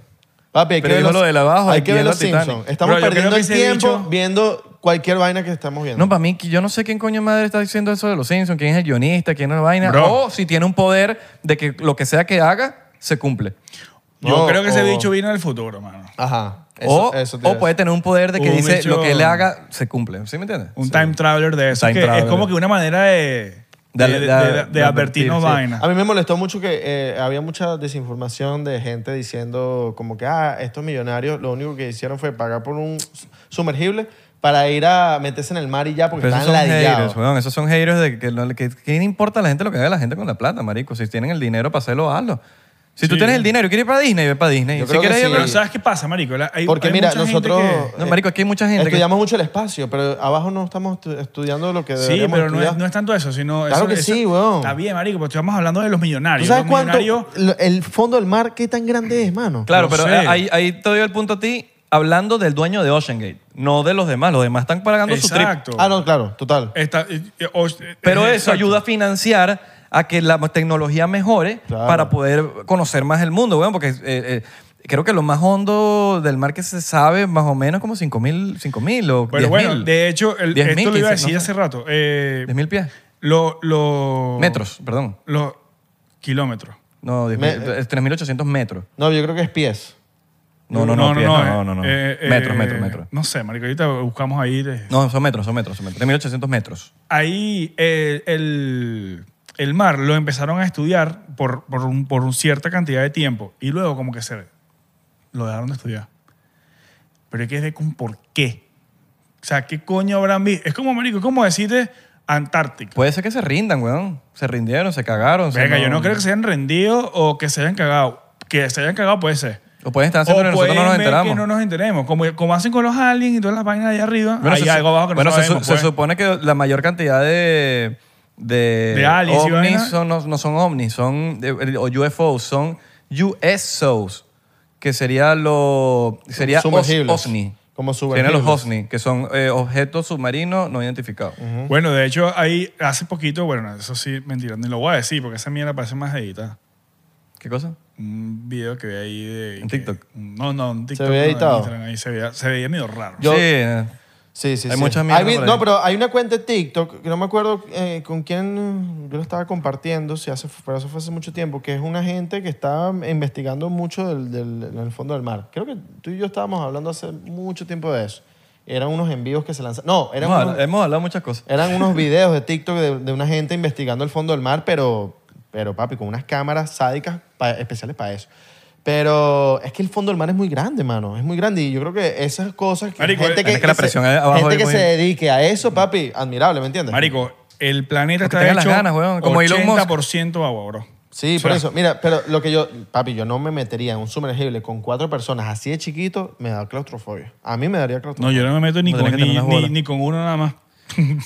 A: Papi, hay que
B: Pero
A: ver
B: dijo
A: los,
B: lo de la abajo,
A: hay que ver
B: viendo
A: los
B: el Titanic.
A: Simpsons. Estamos
C: Bro, yo creo
A: perdiendo
C: que
A: el
C: ese
A: tiempo
C: bicho-
A: viendo cualquier vaina que estamos viendo.
B: No, para mí, que yo no sé quién coño madre está diciendo eso de los Simpsons, quién es el guionista, quién es la vaina.
C: Bro.
B: O si tiene un poder de que lo que sea que haga, se cumple.
C: Yo
A: No,
C: creo que ese
A: o-
C: bicho vino del futuro, mano.
A: Ajá.
B: o,
A: te
B: o
A: iba a
B: puede
A: decir.
B: tener un poder de que
C: Un
B: dice
C: bicho-
B: lo que él haga, se cumple. ¿Sí me entiendes?
C: Un
B: Sí.
C: time traveler de eso.
B: Time
C: que
B: traveler.
C: Es como que una manera de,
B: De- de-
C: de, de-
B: de-
C: de
B: de
C: advertirnos
B: advertir, sí.
C: vainas.
A: A mí me molestó mucho que eh, había mucha desinformación de gente diciendo como que, ah, estos millonarios lo único que hicieron fue pagar por un sumergible para ir a meterse en el mar y ya porque
B: Pero esos
A: estaban
B: son haters,
A: ladillados.
B: weón. Esos son haters de que, no- que, que no importa a la gente lo que haga la gente con la plata, marico. Si tienen el dinero para hacerlo, hazlo. Si tú
C: Sí.
B: tienes el dinero y quieres ir para Disney, ve para Disney.
A: Yo
B: si
A: creo que
B: quieres ir
A: sí.
C: Pero
B: a-
C: ¿sabes qué pasa, marico? La- hay-
A: Porque
C: hay
A: mira,
C: mucha gente
A: nosotros eh,
C: que-
B: No, marico, aquí hay mucha gente que-
A: Estudiamos mucho el espacio, pero abajo no estamos estu- estudiando lo que
C: Sí,
A: deberíamos
C: pero no es,
A: estudiar.
C: no es tanto eso, sino...
A: Claro
C: eso-
A: que
C: eso-
A: sí, weón.
C: Está bien, marico, pero estamos hablando de los
A: ¿Tú
C: millonarios.
A: sabes
C: los
A: cuánto?
C: millonarios...
A: lo- El fondo del mar, ¿qué tan grande es, mano?
B: Claro,
C: No
B: pero eh,
C: sé.
B: ahí, ahí te doy el punto a ti hablando del dueño de Oceangate, no de los demás. Los demás están pagando su trip.
C: Exacto.
A: Ah, no, claro, total.
C: Está- eh, eh, o- eh, *laughs*
B: Pero
C: eh,
B: eso
C: exacto.
B: ayuda a financiar a que la tecnología mejore
A: Claro.
B: para poder conocer más el mundo, weón, porque eh, eh, creo que lo más hondo del mar que se sabe, más o menos como 5.000 5.000 o 10.000.
C: Pero bueno, de hecho, el-
B: 10.000,
C: esto lo iba
B: 15.000,
C: a decir
B: no sé.
C: hace rato. Eh,
B: 10.000 pies.
C: lo- lo-
B: Metros, perdón.
C: Los kilómetros.
B: No, 10.000,
A: Me-
B: eh, 3.800 metros.
A: No, yo creo que es pies.
B: No, no, no, pies, no, no, no, no.
C: eh, eh,
B: Metros, metros, metros.
C: No sé, marico, ahorita buscamos ahí. eh.
B: No, son metros, son metros, son metros. De 1800 metros.
C: Ahí eh, el, el mar lo empezaron a estudiar por, por, un- por un cierta cantidad de tiempo y luego como que se lo dejaron de estudiar. Pero hay que ver con por qué. O sea, ¿qué coño habrán visto? Es como, marico, es como decirte Antártica.
B: Puede ser que se rindan, weón. Se rindieron, se cagaron. o sea,
C: Venga, yo no creo que se hayan rendido o que se hayan cagado. Que se hayan cagado puede ser.
B: Lo pueden estar haciendo y
C: o
B: nosotros no nos
C: pueden ver
B: enteramos.
C: que no nos enteremos. Como, como hacen con los aliens y todas las vainas de allá arriba.
B: Bueno,
C: hay
B: se,
C: algo abajo que
B: bueno,
C: no
B: se, su-
C: sabemos.
B: se
C: pues.
B: supone que la mayor cantidad de de,
C: De aliens y
B: ovnis
C: vaina.
B: son- no, no son ovnis, son de- o UFOs, son USOs, que sería lo sería os-
A: Sumergibles.
B: OSNI.
A: Como
B: Serían los
A: sumergibles.
B: OSNI, que son eh, objetos submarinos no identificados.
C: Bueno, de hecho, ahí hace poquito, bueno, eso sí, mentira, ni lo voy a decir porque esa mierda parece más editada.
B: ¿Qué cosa?
C: Un video que vi ahí de.
B: ¿En
C: que-
B: TikTok?
C: no, no, en TikTok.
A: veía
C: no, en
A: editado?
C: Instagram, ahí se veía, se veía medio raro.
A: Yo-
B: sí, eh,
A: Sí, sí,
B: Hay
A: sí.
B: muchas mierdas
A: Hay vi-
B: por ahí.
A: no, pero hay una cuenta de TikTok, que no me acuerdo eh, con quién yo lo estaba compartiendo, si hace, pero eso fue hace mucho tiempo, que es una gente que está investigando mucho del, del, en el fondo del mar. Creo que tú y yo estábamos hablando hace mucho tiempo de eso. Eran unos envíos que se lanzan. No, eran,
B: hemos,
A: unos,
B: hablado, hemos hablado muchas cosas.
A: eran unos videos de TikTok de, de una gente investigando el fondo del mar, pero, pero papi, con unas cámaras sádicas pa- especiales para eso. Pero es que el fondo del mar es muy grande, mano. Es muy grande. Y yo creo que esas cosas. Que
C: Marico,
A: gente
C: es pues.
A: que,
B: que la
A: se-
B: presión abajo
A: gente
B: es
A: que
B: muy-
A: se dedique a eso, papi, admirable, ¿me entiendes?
C: Marico, el planeta
B: Porque
C: está
B: tengan las
C: hecho
B: ganas, weón, como Elon Musk.
C: 80% agua, bro.
A: Sí,
C: O sea,
A: por eso. Mira, pero lo que yo. Papi, yo no me metería en un sumergible con cuatro personas así de chiquito, me da claustrofobia. A mí me daría
C: No,
A: claustrofobia.
C: yo no me meto ni,
B: No
C: con,
B: tenés que
C: ni,
B: tener las
C: ni-
B: bolas.
C: ni con uno nada más.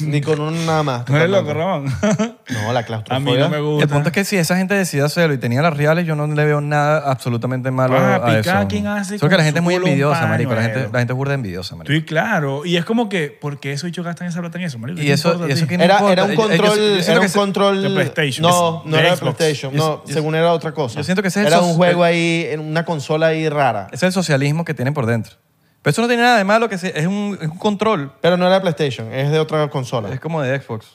A: Ni con un nada más.
C: *laughs* No eres loco, Ramón.
A: No, la
C: *laughs* A mí
A: claustrofobia.
C: no me gusta.
B: El punto es que si esa gente decidió hacerlo y tenía las reales, yo no le veo nada absolutamente malo
C: Papi,
B: a eso.
C: cada quien hace
B: Solo que
C: con
B: la gente
C: su
B: es muy
C: culo un
B: envidiosa,
C: paño,
B: marico. La gente,
C: marico.
B: la gente es burda envidiosa, marico.
C: Estoy claro. Y es como que, ¿por qué esos bichos gastan esa plata en eso, marico? ¿Qué
B: Y
C: te
B: eso,
C: importa
B: y
C: a
B: eso
C: ti?
B: que no
A: Era,
B: importa.
A: era un
B: Yo- yo- yo
A: control.
B: siento
A: era
B: que
A: un
B: se-
A: control.
C: de PlayStation.
A: No,
C: De
A: no era de
C: Xbox.
A: PlayStation.
B: Yo-
A: No,
B: yo-
A: según era otra cosa.
B: yo siento que ese es
A: Era
B: el-
A: un juego ahí, en una consola ahí rara.
B: Es el socialismo que tienen por dentro. Pero eso no tiene nada de malo, que se- es, un, es un control.
A: Pero no era de PlayStation, es de otra
B: Es
A: consola.
B: como de Xbox.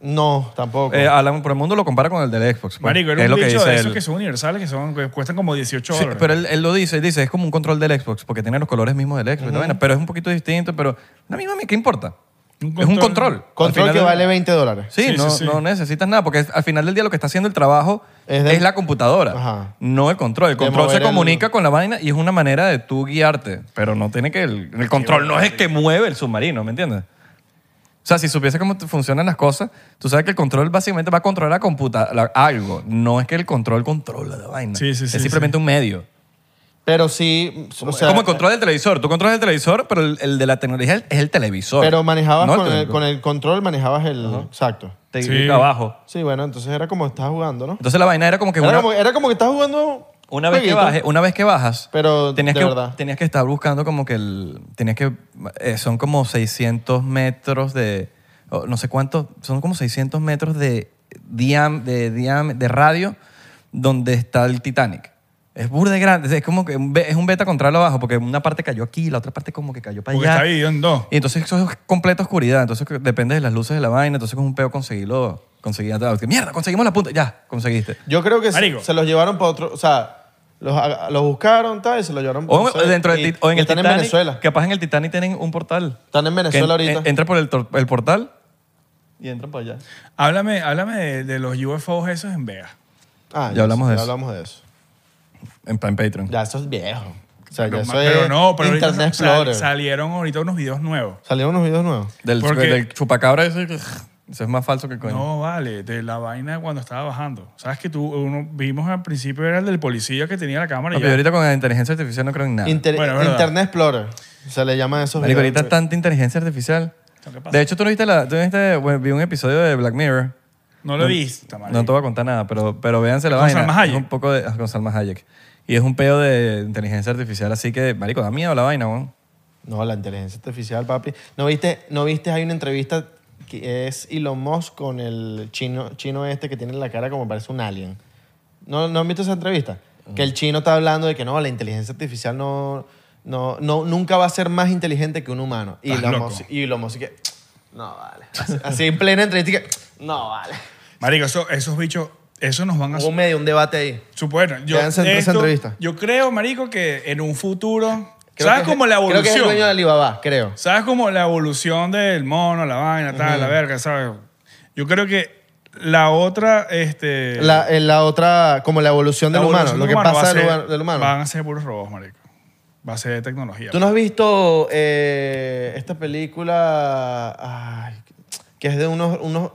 A: No, tampoco.
B: Eh, Alan, por el mundo lo compara con el del Xbox. pues.
C: Marico, era
B: es
C: un
B: lo que
C: bicho
B: dice
C: de
B: él.
C: esos que son universales, que, son, que cuestan como 18
B: Sí,
C: dólares.
B: pero él, él lo dice, él dice, es como un control del Xbox, porque tiene los colores mismos del Xbox. y la vaina, pero es un poquito distinto, pero la misma, ¿qué importa?
C: Un
B: es un
C: control-
B: control. Al
A: Control
B: final
A: que
B: del-
A: vale 20 dólares.
B: Sí,
C: Sí,
B: no,
C: sí, sí.
B: no necesitas nada, porque es- al final del día lo que está haciendo el trabajo es,
A: Es de-
B: la computadora,
A: Ajá.
B: no el control. El
A: De
B: control se
A: mover el-
B: comunica con la vaina y es una manera de tú guiarte, pero no tiene que... El, el control no es el que mueve el submarino, ¿me entiendes? O sea, si supiese cómo te funcionan las cosas, tú sabes que el control básicamente va a controlar la computa la- algo. No es que el control controla la vaina.
C: Sí, sí, sí,
B: es simplemente un medio.
A: Pero sí, o
B: es
A: sea,
B: como el control del televisor. Tú controlas el televisor, pero el, el de la tecnología es el televisor.
A: Pero manejabas
B: no
A: con, el,
B: televisor.
A: con el control, manejabas el. Exacto.
B: Te
C: Sí.
B: grita abajo.
A: Sí, bueno, entonces era como estás jugando, ¿no?
B: Entonces la vaina era como que
A: Era,
B: una,
A: como, era como que estás jugando.
B: una vez que
A: jueguito,
B: baje- una vez que bajas,
A: Pero
B: tenías
A: de
B: que
A: verdad.
B: tenías que estar buscando como que el tenías que eh, son como 600 metros de o no sé cuántos, son como 600 metros de diam, de diam- de radio donde está el Titanic. Es burde grande, es como que un be- es un beta contra lo abajo porque una parte cayó aquí, la otra parte como que cayó para
C: Porque
B: allá.
C: está dividido en dos.
B: Y entonces eso es completa oscuridad. Entonces que depende de las luces de la vaina. Entonces es un peo conseguirlo. Conseguir Mierda, conseguimos la punta. Ya, conseguiste.
A: Yo creo que se-
C: Marico.
A: se los llevaron para otro. O sea, los, aga- los buscaron, tal, y se los llevaron
B: O,
A: no sé,
B: dentro del
A: y-
B: Tit- o en
A: y
B: el
A: están
B: Titanic.
A: en Venezuela.
B: Capaz en el Titanic tienen un portal.
A: Están en Venezuela
B: Que en-
A: ahorita.
B: en- entra por el, tor- el portal y entran para allá.
C: Háblame, háblame de, de los UFOs esos en Vegas.
A: Ah,
B: Ya hablamos de
A: ya
B: eso.
A: hablamos de eso.
B: En, plan Patreon.
A: Ya, eso es viejo. O sea, ya
C: Pero,
A: eso
C: pero
A: es
C: no, pero ahorita
A: Internet
C: sal-
A: Explorer.
C: salieron ahorita unos videos nuevos.
A: Salieron unos videos nuevos.
B: Del,
C: Porque-
B: del chupacabra ese, eso es más falso que coño.
C: No, vale, de la vaina cuando estaba bajando. Sabes que tú, uno, vimos al principio era el del policía que tenía la cámara y
B: Papi,
C: ya.
B: ahorita con la inteligencia artificial no creo en nada.
A: Inter-
C: Ah. Bueno, es verdad.
A: Internet Explorer. Se le llama a esos
B: Marico,
A: videos.
B: ahorita tanta inteligencia artificial.
C: Lo que pasa.
B: De hecho, tú no viste la... Tú no viste, bueno, vi un episodio de Black Mirror.
C: No lo viste,
B: No te voy a contar nada, pero, pero véanse la
C: Ah,
B: vaina.
C: Con Salma Hayek.
B: Es un poco de ah, con Salma Hayek. Y es un pedo de inteligencia artificial, así que, marico, da miedo la vaina, weón.
A: No, la inteligencia artificial, papi. ¿No viste, no viste hay una entrevista que es Elon Musk con el chino, chino este que tiene la cara como parece un alien? ¿No, no han visto esa entrevista?
C: Mm.
A: Que el chino está hablando de que no, la inteligencia artificial no, no, no, nunca va a ser más inteligente que un humano. Y
C: Estás
A: Elon
C: loco.
A: Musk, y Elon Musk que, no vale. Así, así en plena entrevista que, no vale.
C: Marico, eso- esos bichos Eso nos van a...
A: Hubo medio un debate ahí.
C: Suponer. Yo,
A: Vean esa- esa entrevista.
C: yo creo, marico, que en un futuro...
A: Creo
C: ¿Sabes
A: que es-
C: cómo la
A: Creo que es el dueño de
C: evolución?
A: Alibaba, creo.
C: ¿Sabes cómo la evolución del mono, la vaina, tal, la verga, sabes? Yo creo que la otra, este...
A: La, en la otra, como la evolución
C: la
A: del humano,
C: evolución
A: lo
C: del
A: que
C: humano va
A: pasa
C: a
A: del,
C: ser-
A: human- del humano.
C: Van a ser puros robots, marico. Va a ser tecnología.
A: ¿Tú no has visto eh, esta película ay, que es de unos... unos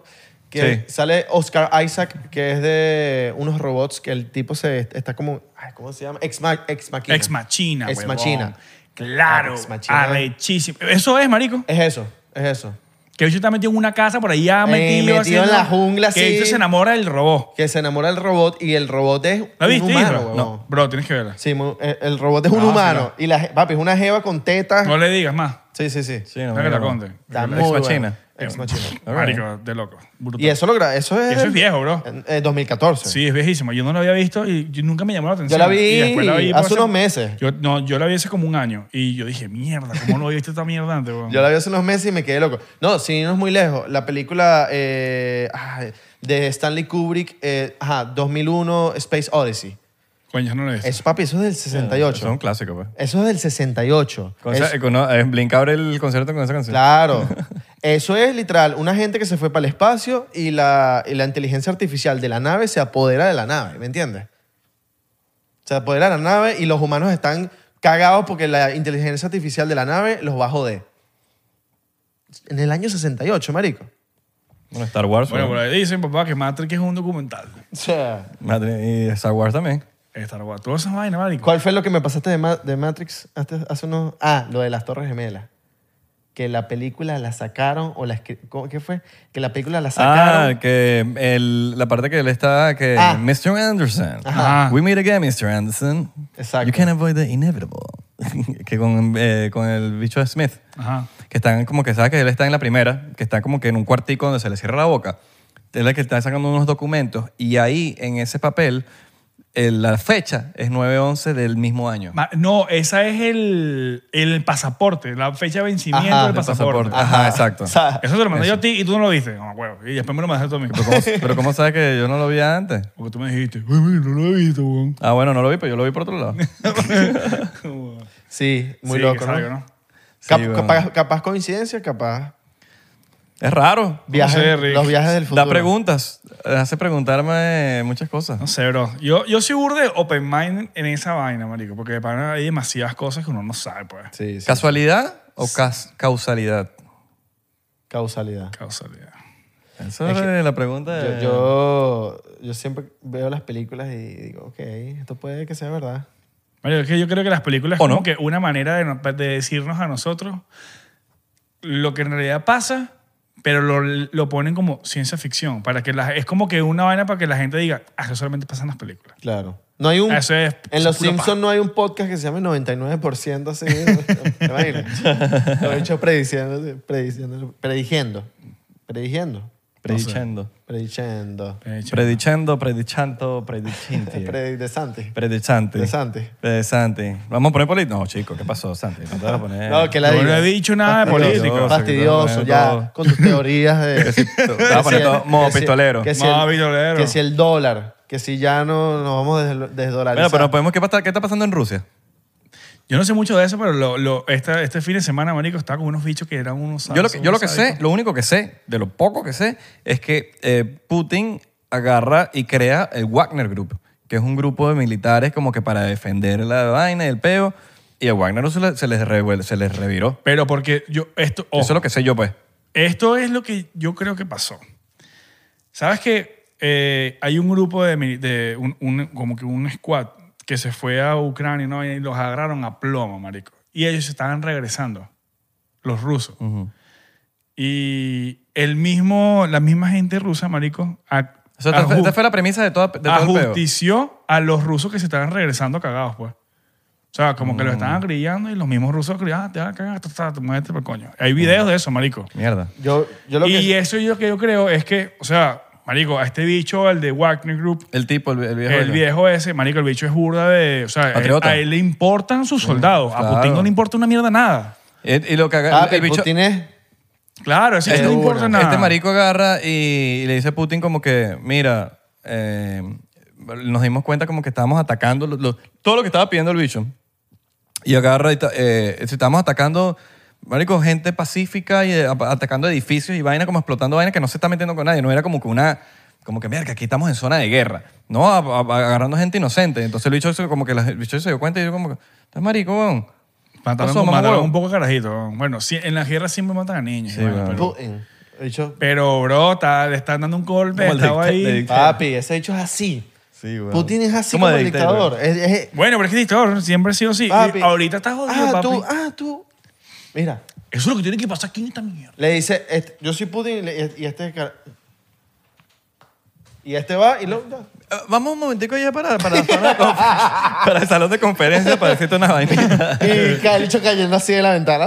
A: que
B: Sí.
A: sale Oscar Isaac, que es de unos robots que el tipo se está como... ay, ¿Cómo se llama? Ex, ma- ex Machina.
C: Ex machina,
A: Ex
C: huevón.
A: Machina.
C: Claro,
A: Ex Machina.
C: arrechísimo. Eso es, marico.
A: Es eso, es eso.
C: Que el bicho está metido en una casa por allá, metido,
A: Eh, metido
C: haciendo-
A: en la jungla,
C: Que el bicho
A: así.
C: se enamora del robot.
A: Que se enamora del robot y el robot es
C: ¿La
A: un
C: viste,
A: humano,
C: Isra?
A: huevón.
C: No, bro, tienes que verla.
A: Sí, mu- e, el el robot es un
C: No,
A: humano. Y la, je- papi, es una jeva con tetas.
C: No le digas más.
A: Sí, sí, sí.
B: Sí, no,
C: Para que la
B: no.
C: conte.
A: Está
B: Ex
A: muy buena.
B: Machina.
A: Ex Machina.
B: All right.
C: Marico, de loco. Brutal.
A: Y eso lo gra- Eso es.
C: Y eso es viejo, bro.
A: en- eh, 2014.
C: Sí, es viejísimo. Yo no lo había visto y yo nunca me llamó la atención.
A: Yo la vi
C: Y después la vi
A: hace
C: pues,
A: unos meses.
C: Yo, no, yo la vi hace como un año y yo dije, mierda, ¿cómo no había visto esta mierda antes, weón?
A: Yo la vi hace unos meses y me quedé loco. No, si no es muy lejos. La película eh, ay, de Stanley Kubrick, eh, ajá, 2001, Space Odyssey.
C: Coño, yo no la he visto.
A: Eso, papi, eso es del
B: Eso es un
A: 68.
B: clásico, pues.
A: Eso es del 68.
B: Con
A: Eso-
B: esa- con- no, eh, Blink abre el concierto con esa canción.
A: Claro.
B: *laughs*
A: Eso es literal una gente que se fue para el espacio y la, y la inteligencia artificial de la nave se apodera de la nave, ¿me entiendes? Se apodera de la nave y los humanos están cagados porque la inteligencia artificial de la nave los va a joder. En el año 68, marico.
B: Bueno, Star Wars.
C: Bueno, por
B: bueno.
C: ahí dicen, papá, que Matrix es un documental.
A: O sea,
B: Madre- y Star Wars también.
C: Star Wars, todas esas vainas, marico.
A: ¿cuál fue lo que me pasaste de, Ma- de Matrix hace, hace unos... Ah, lo de las Torres Gemelas. Que la película la sacaron o la... escri- ¿cómo- ¿Qué fue? Que la película la sacaron...
B: Ah, que el- la parte que él está, que
A: Ah.
B: Mr. Anderson.
C: Ajá.
B: We meet again, Mr. Anderson.
A: Exacto.
B: You can't avoid the inevitable. *laughs* que con, eh, con el bicho de Smith.
C: Ajá.
B: Que están como que, ¿sabes? Que él está en la primera, que está como que en un cuartico donde se le cierra la boca. Él es el que está sacando unos documentos. Y ahí, en ese papel, eh, la fecha es 9-11 del mismo año.
C: Ma- No, esa es el, el pasaporte, la fecha de vencimiento
A: Ajá,
C: del
A: del
C: pasaporte.
B: pasaporte. Ajá, exacto.
A: O sea,
C: Eso te lo mandé yo a ti y tú no lo viste. No, huevo. Y después me lo mandaste tú a mí.
B: Pero ¿cómo, *laughs* pero ¿cómo sabes que yo no lo vi antes?
C: Porque tú me dijiste, uy, mira, no lo he visto, weón. *laughs*
B: Ah, bueno, no lo vi, pero yo lo vi por
A: *laughs*
B: otro lado.
A: sí, muy
C: Sí,
A: loco,
C: que
A: ¿no?
C: salga, ¿no?
B: Sí,
A: Cap-
B: bueno.
A: capaz, capaz coincidencia, capaz.
B: Es raro.
A: Viajes,
C: sé, Rick.
A: los viajes del futuro.
B: Da preguntas. eh, Hace preguntarme muchas cosas.
C: No sé, bro. Yo, yo soy burde open mind en esa vaina, marico. Porque de pana hay demasiadas cosas que uno no sabe, pues.
A: Sí, sí.
B: ¿Casualidad o cas- causalidad?
A: Causalidad.
C: Causalidad.
B: Esa
A: Es
B: es,
A: que
B: la pregunta.
A: Yo,
C: Eh.
B: de-
A: yo, yo siempre veo las películas y digo, ok, esto puede que sea verdad.
C: Marico, es que yo creo que las películas es
B: ¿O
C: como
B: no?
C: que una manera de, no- de decirnos a nosotros lo que en realidad pasa, pero lo, lo ponen como ciencia ficción. Para que la- es como que una vaina para que la gente diga, ah, eso solamente pasa en las películas.
A: Claro. No hay un,
C: Eso es
A: en Los
C: puro paja.
A: Simpsons no hay un podcast que se llame 99% así. *laughs* ¿Te imaginas? Lo he hecho prediciendo, prediciendo, prediciendo, prediciendo,
B: Predichendo.
A: prediciendo,
C: De hecho.
B: Predichendo,
A: *laughs*
B: predichando, predichinte.
A: predesante,
B: Predechante.
A: predesante.
B: Predesante. Vamos a poner político. No, chico, ¿qué pasó, Santi? No
A: *laughs*
B: te vas a poner.
A: No, que la
C: Yo no
A: diga.
C: he dicho nada de
A: Fastidioso,
C: político.
A: Fastidioso,
B: Todo.
A: ya, con tus teorías de...
B: *laughs* Que si- te vas a poner
A: si-
B: todo
A: *laughs*
B: modo
A: que si-
B: pistolero.
A: que si
C: Modo
A: el-
C: pistolero.
A: Que si el dólar, que si ya no nos vamos a desdo-
B: Bueno,
A: desdolarizar.
B: pero podemos, ¿qué, pasa- ¿qué está pasando en Rusia?
C: Yo no sé mucho de eso, pero lo, lo- esta- este fin de semana, marico, estaba con unos bichos que eran unos
B: Yo lo que, yo lo que
C: sádicos.
B: sé, lo único que sé, de lo poco que sé, es que eh, Putin agarra y crea el Wagner Group, que es un grupo de militares como que para defender la vaina y el peo, y a Wagner se, le- se les, revuel- se les reviró.
C: Pero porque yo, esto, ojo,
B: Eso es lo que sé yo, pues.
C: esto es lo que yo creo que pasó. ¿Sabes que hay un grupo de, mili- de un, un- como que un squad que se fue a Ucrania ¿no? y los agarraron a plomo, marico. Y ellos estaban regresando, los rusos. Y el mismo, la misma gente rusa, marico, a-
B: O sea, esta, fue,
C: aju-
B: esta fue la premisa de, toda, de todo el peo.
C: ajustició a los rusos que se estaban regresando cagados, pues. O sea, como
B: Mm.
C: que los estaban grillando y los mismos rusos grillaban, ah, te van a cagar, ta, ta, ta, muévete por coño. Hay videos de eso, marico.
B: Mierda.
A: yo, yo lo
C: Y
A: que...
C: eso yo que yo creo es que, o sea, marico, a este bicho, el de Wagner Group,
B: El tipo, el, el viejo.
C: el viejo ese, marico, el bicho es burda de, o sea, a él,
B: Patriota.
C: a él le importan sus soldados, a
B: claro.
C: Putin no le importa una mierda nada.
B: Y, y lo que haga-
A: Ah,
B: el
A: pero
B: bicho-
A: Putin es...
C: Claro, eso
A: Eh,
C: no le
A: uno.
C: importa nada.
B: Este marico agarra y, y le dice a Putin como que, mira, eh, nos dimos cuenta como que estábamos atacando lo- lo- todo lo que estaba pidiendo el bicho. Y agarra, y ta- eh, si estábamos atacando, marico, gente pacífica y eh, ap- atacando edificios y vaina, como explotando vaina que no se está metiendo con nadie. No era como que una, como que, mira, que aquí estamos en zona de guerra. No, a- a- agarrando gente inocente. Entonces el bicho, se- como que la- el bicho se dio cuenta y yo como que, estás marico, weón.
C: Mataron,
B: Pasó, mamá,
C: mataron
B: huevo.
C: un poco de carajito. Bueno, sí, en la guerra siempre matan a niños.
B: Sí,
C: bueno,
B: bueno.
C: pero,
A: Putin. El bicho-
C: pero, bro, está- le están dando un golpe.
B: Como el
C: Estaba
B: dicta- de
C: ahí.
B: dicta-
A: papi, ese bicho es así.
B: Sí, weón.
A: Putin es así
B: Como
A: como,
B: de
A: el
B: dictador.
A: dictador. Es- es-
C: Bueno, pero es que el dictador siempre ha sido así.
A: papi.
C: Y Ahorita está jodido,
A: ah,
C: papi.
A: Tú, ah, tú. Mira,
C: Eso es lo que tiene que pasar aquí en esta mierda.
A: le dice, este- yo soy Putin y, le- y este... car- Y este va y lo... ya.
B: Ah, Vamos un momentico ya para, para, para, *laughs* para el salón de conferencias para decirte una vainita.
A: *laughs* Y ca- el bicho cayendo así de la ventana.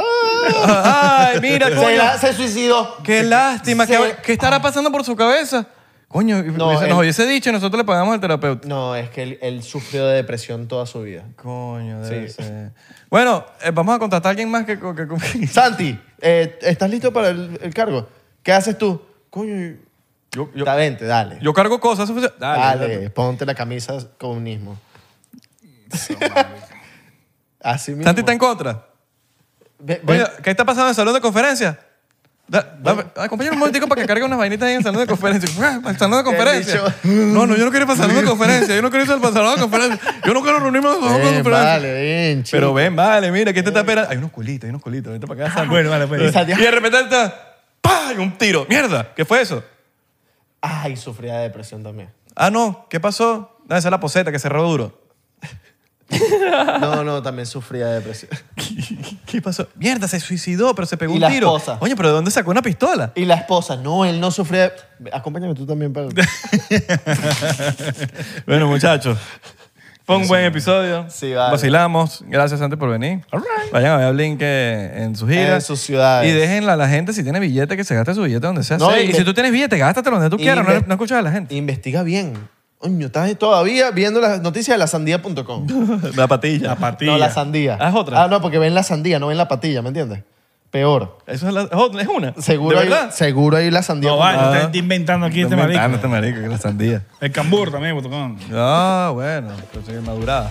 A: Ah.
B: Ay, *laughs* mira,
A: Se, la-
B: coño.
A: se suicidó.
B: Qué lástima.
A: Se-
B: ¿Qué, qué estará pasando por su cabeza? Coño, y
A: No,
B: hubiese-
A: él-
B: nos hubiese dicho y nosotros le pagamos al terapeuta.
A: No, es que él, él sufrió de depresión toda su vida.
B: Coño, debe
A: Sí.
B: ser. Bueno, eh, vamos a contratar a alguien más que... co- que
A: *laughs*
B: co-
A: Santi, eh, ¿estás listo para el, el cargo? ¿Qué haces tú? Coño,
B: yo, yo-
A: está vente, dale.
B: yo cargo cosas. eso fue- Dale.
A: dale,
B: dale.
A: ponte la camisa comunismo. Así mismo.
B: Santi está en contra.
A: Ve- ve-
B: Coño, ¿qué está pasando en el salón de conferencias? Da- dame- acompáñame un momentico para que cargue unas vainitas ahí en el salón de conferencias. *laughs* Ah, Para el salón de conferencias. No, no, yo no quiero ir para el salón de conferencias. Yo no quiero ir para el salón de conferencias. Yo no quiero reunirme en el salón de
A: ven,
B: conferencias.
A: vale, ven, chico.
B: Pero ven, vale, mira, ¿qué te está esperando? Hay unos culitos, hay unos culitos. Vente para acá, Santi.
C: Bueno, vale, pues.
B: Y Santi- Y de repente está... ¡Pah! Y Un tiro. ¡Mierda! ¿Qué fue eso?
A: Ay, sufría de depresión también.
B: Ah, no. ¿Qué pasó? Debe ser la poseta que cerró duro.
A: No, no, también sufría de depresión.
B: ¿Qué pasó? Mierda, se suicidó, pero se pegó
A: Y
B: un
A: la
B: tiro.
A: esposa.
B: Oye, pero ¿de dónde sacó una pistola?
A: Y la esposa, no, él no sufría de... Acompáñame tú también
B: *laughs*
A: para...
B: Bueno, muchachos. Fue un buen episodio.
A: Sí, vale.
B: Vacilamos. Gracias, Santi, por venir. Vayan a ver a Blink eh, en sus giras.
A: En sus ciudades.
B: Y déjenla a la gente, si tiene billete, que se gaste su billete donde sea.
A: No,
B: Sí,
A: y
B: y,
A: le-
B: si tú tienes billete, gástatelo donde tú
A: Y
B: quieras. No,
A: le-
B: no escuchas a la
A: *laughs*
B: gente.
A: Investiga bien. Coño, estás todavía viendo las noticias de la sandía.com.
B: La patilla.
C: La patilla.
A: No, la sandía.
B: Ah, es otra.
A: Ah, no, porque ven la sandía, no ven la patilla, ¿me entiendes? Peor.
B: Eso es, la- oh, es una.
A: Seguro,
B: ¿De
A: hay,
B: verdad?
A: seguro hay la sandía.
C: No, vale,
B: Ah.
C: está- está inventando aquí este
B: Estoy inventando
C: marico.
B: este marico, que la sandía.
C: El cambur también, botón.
B: Ah, bueno, pero soy madurada.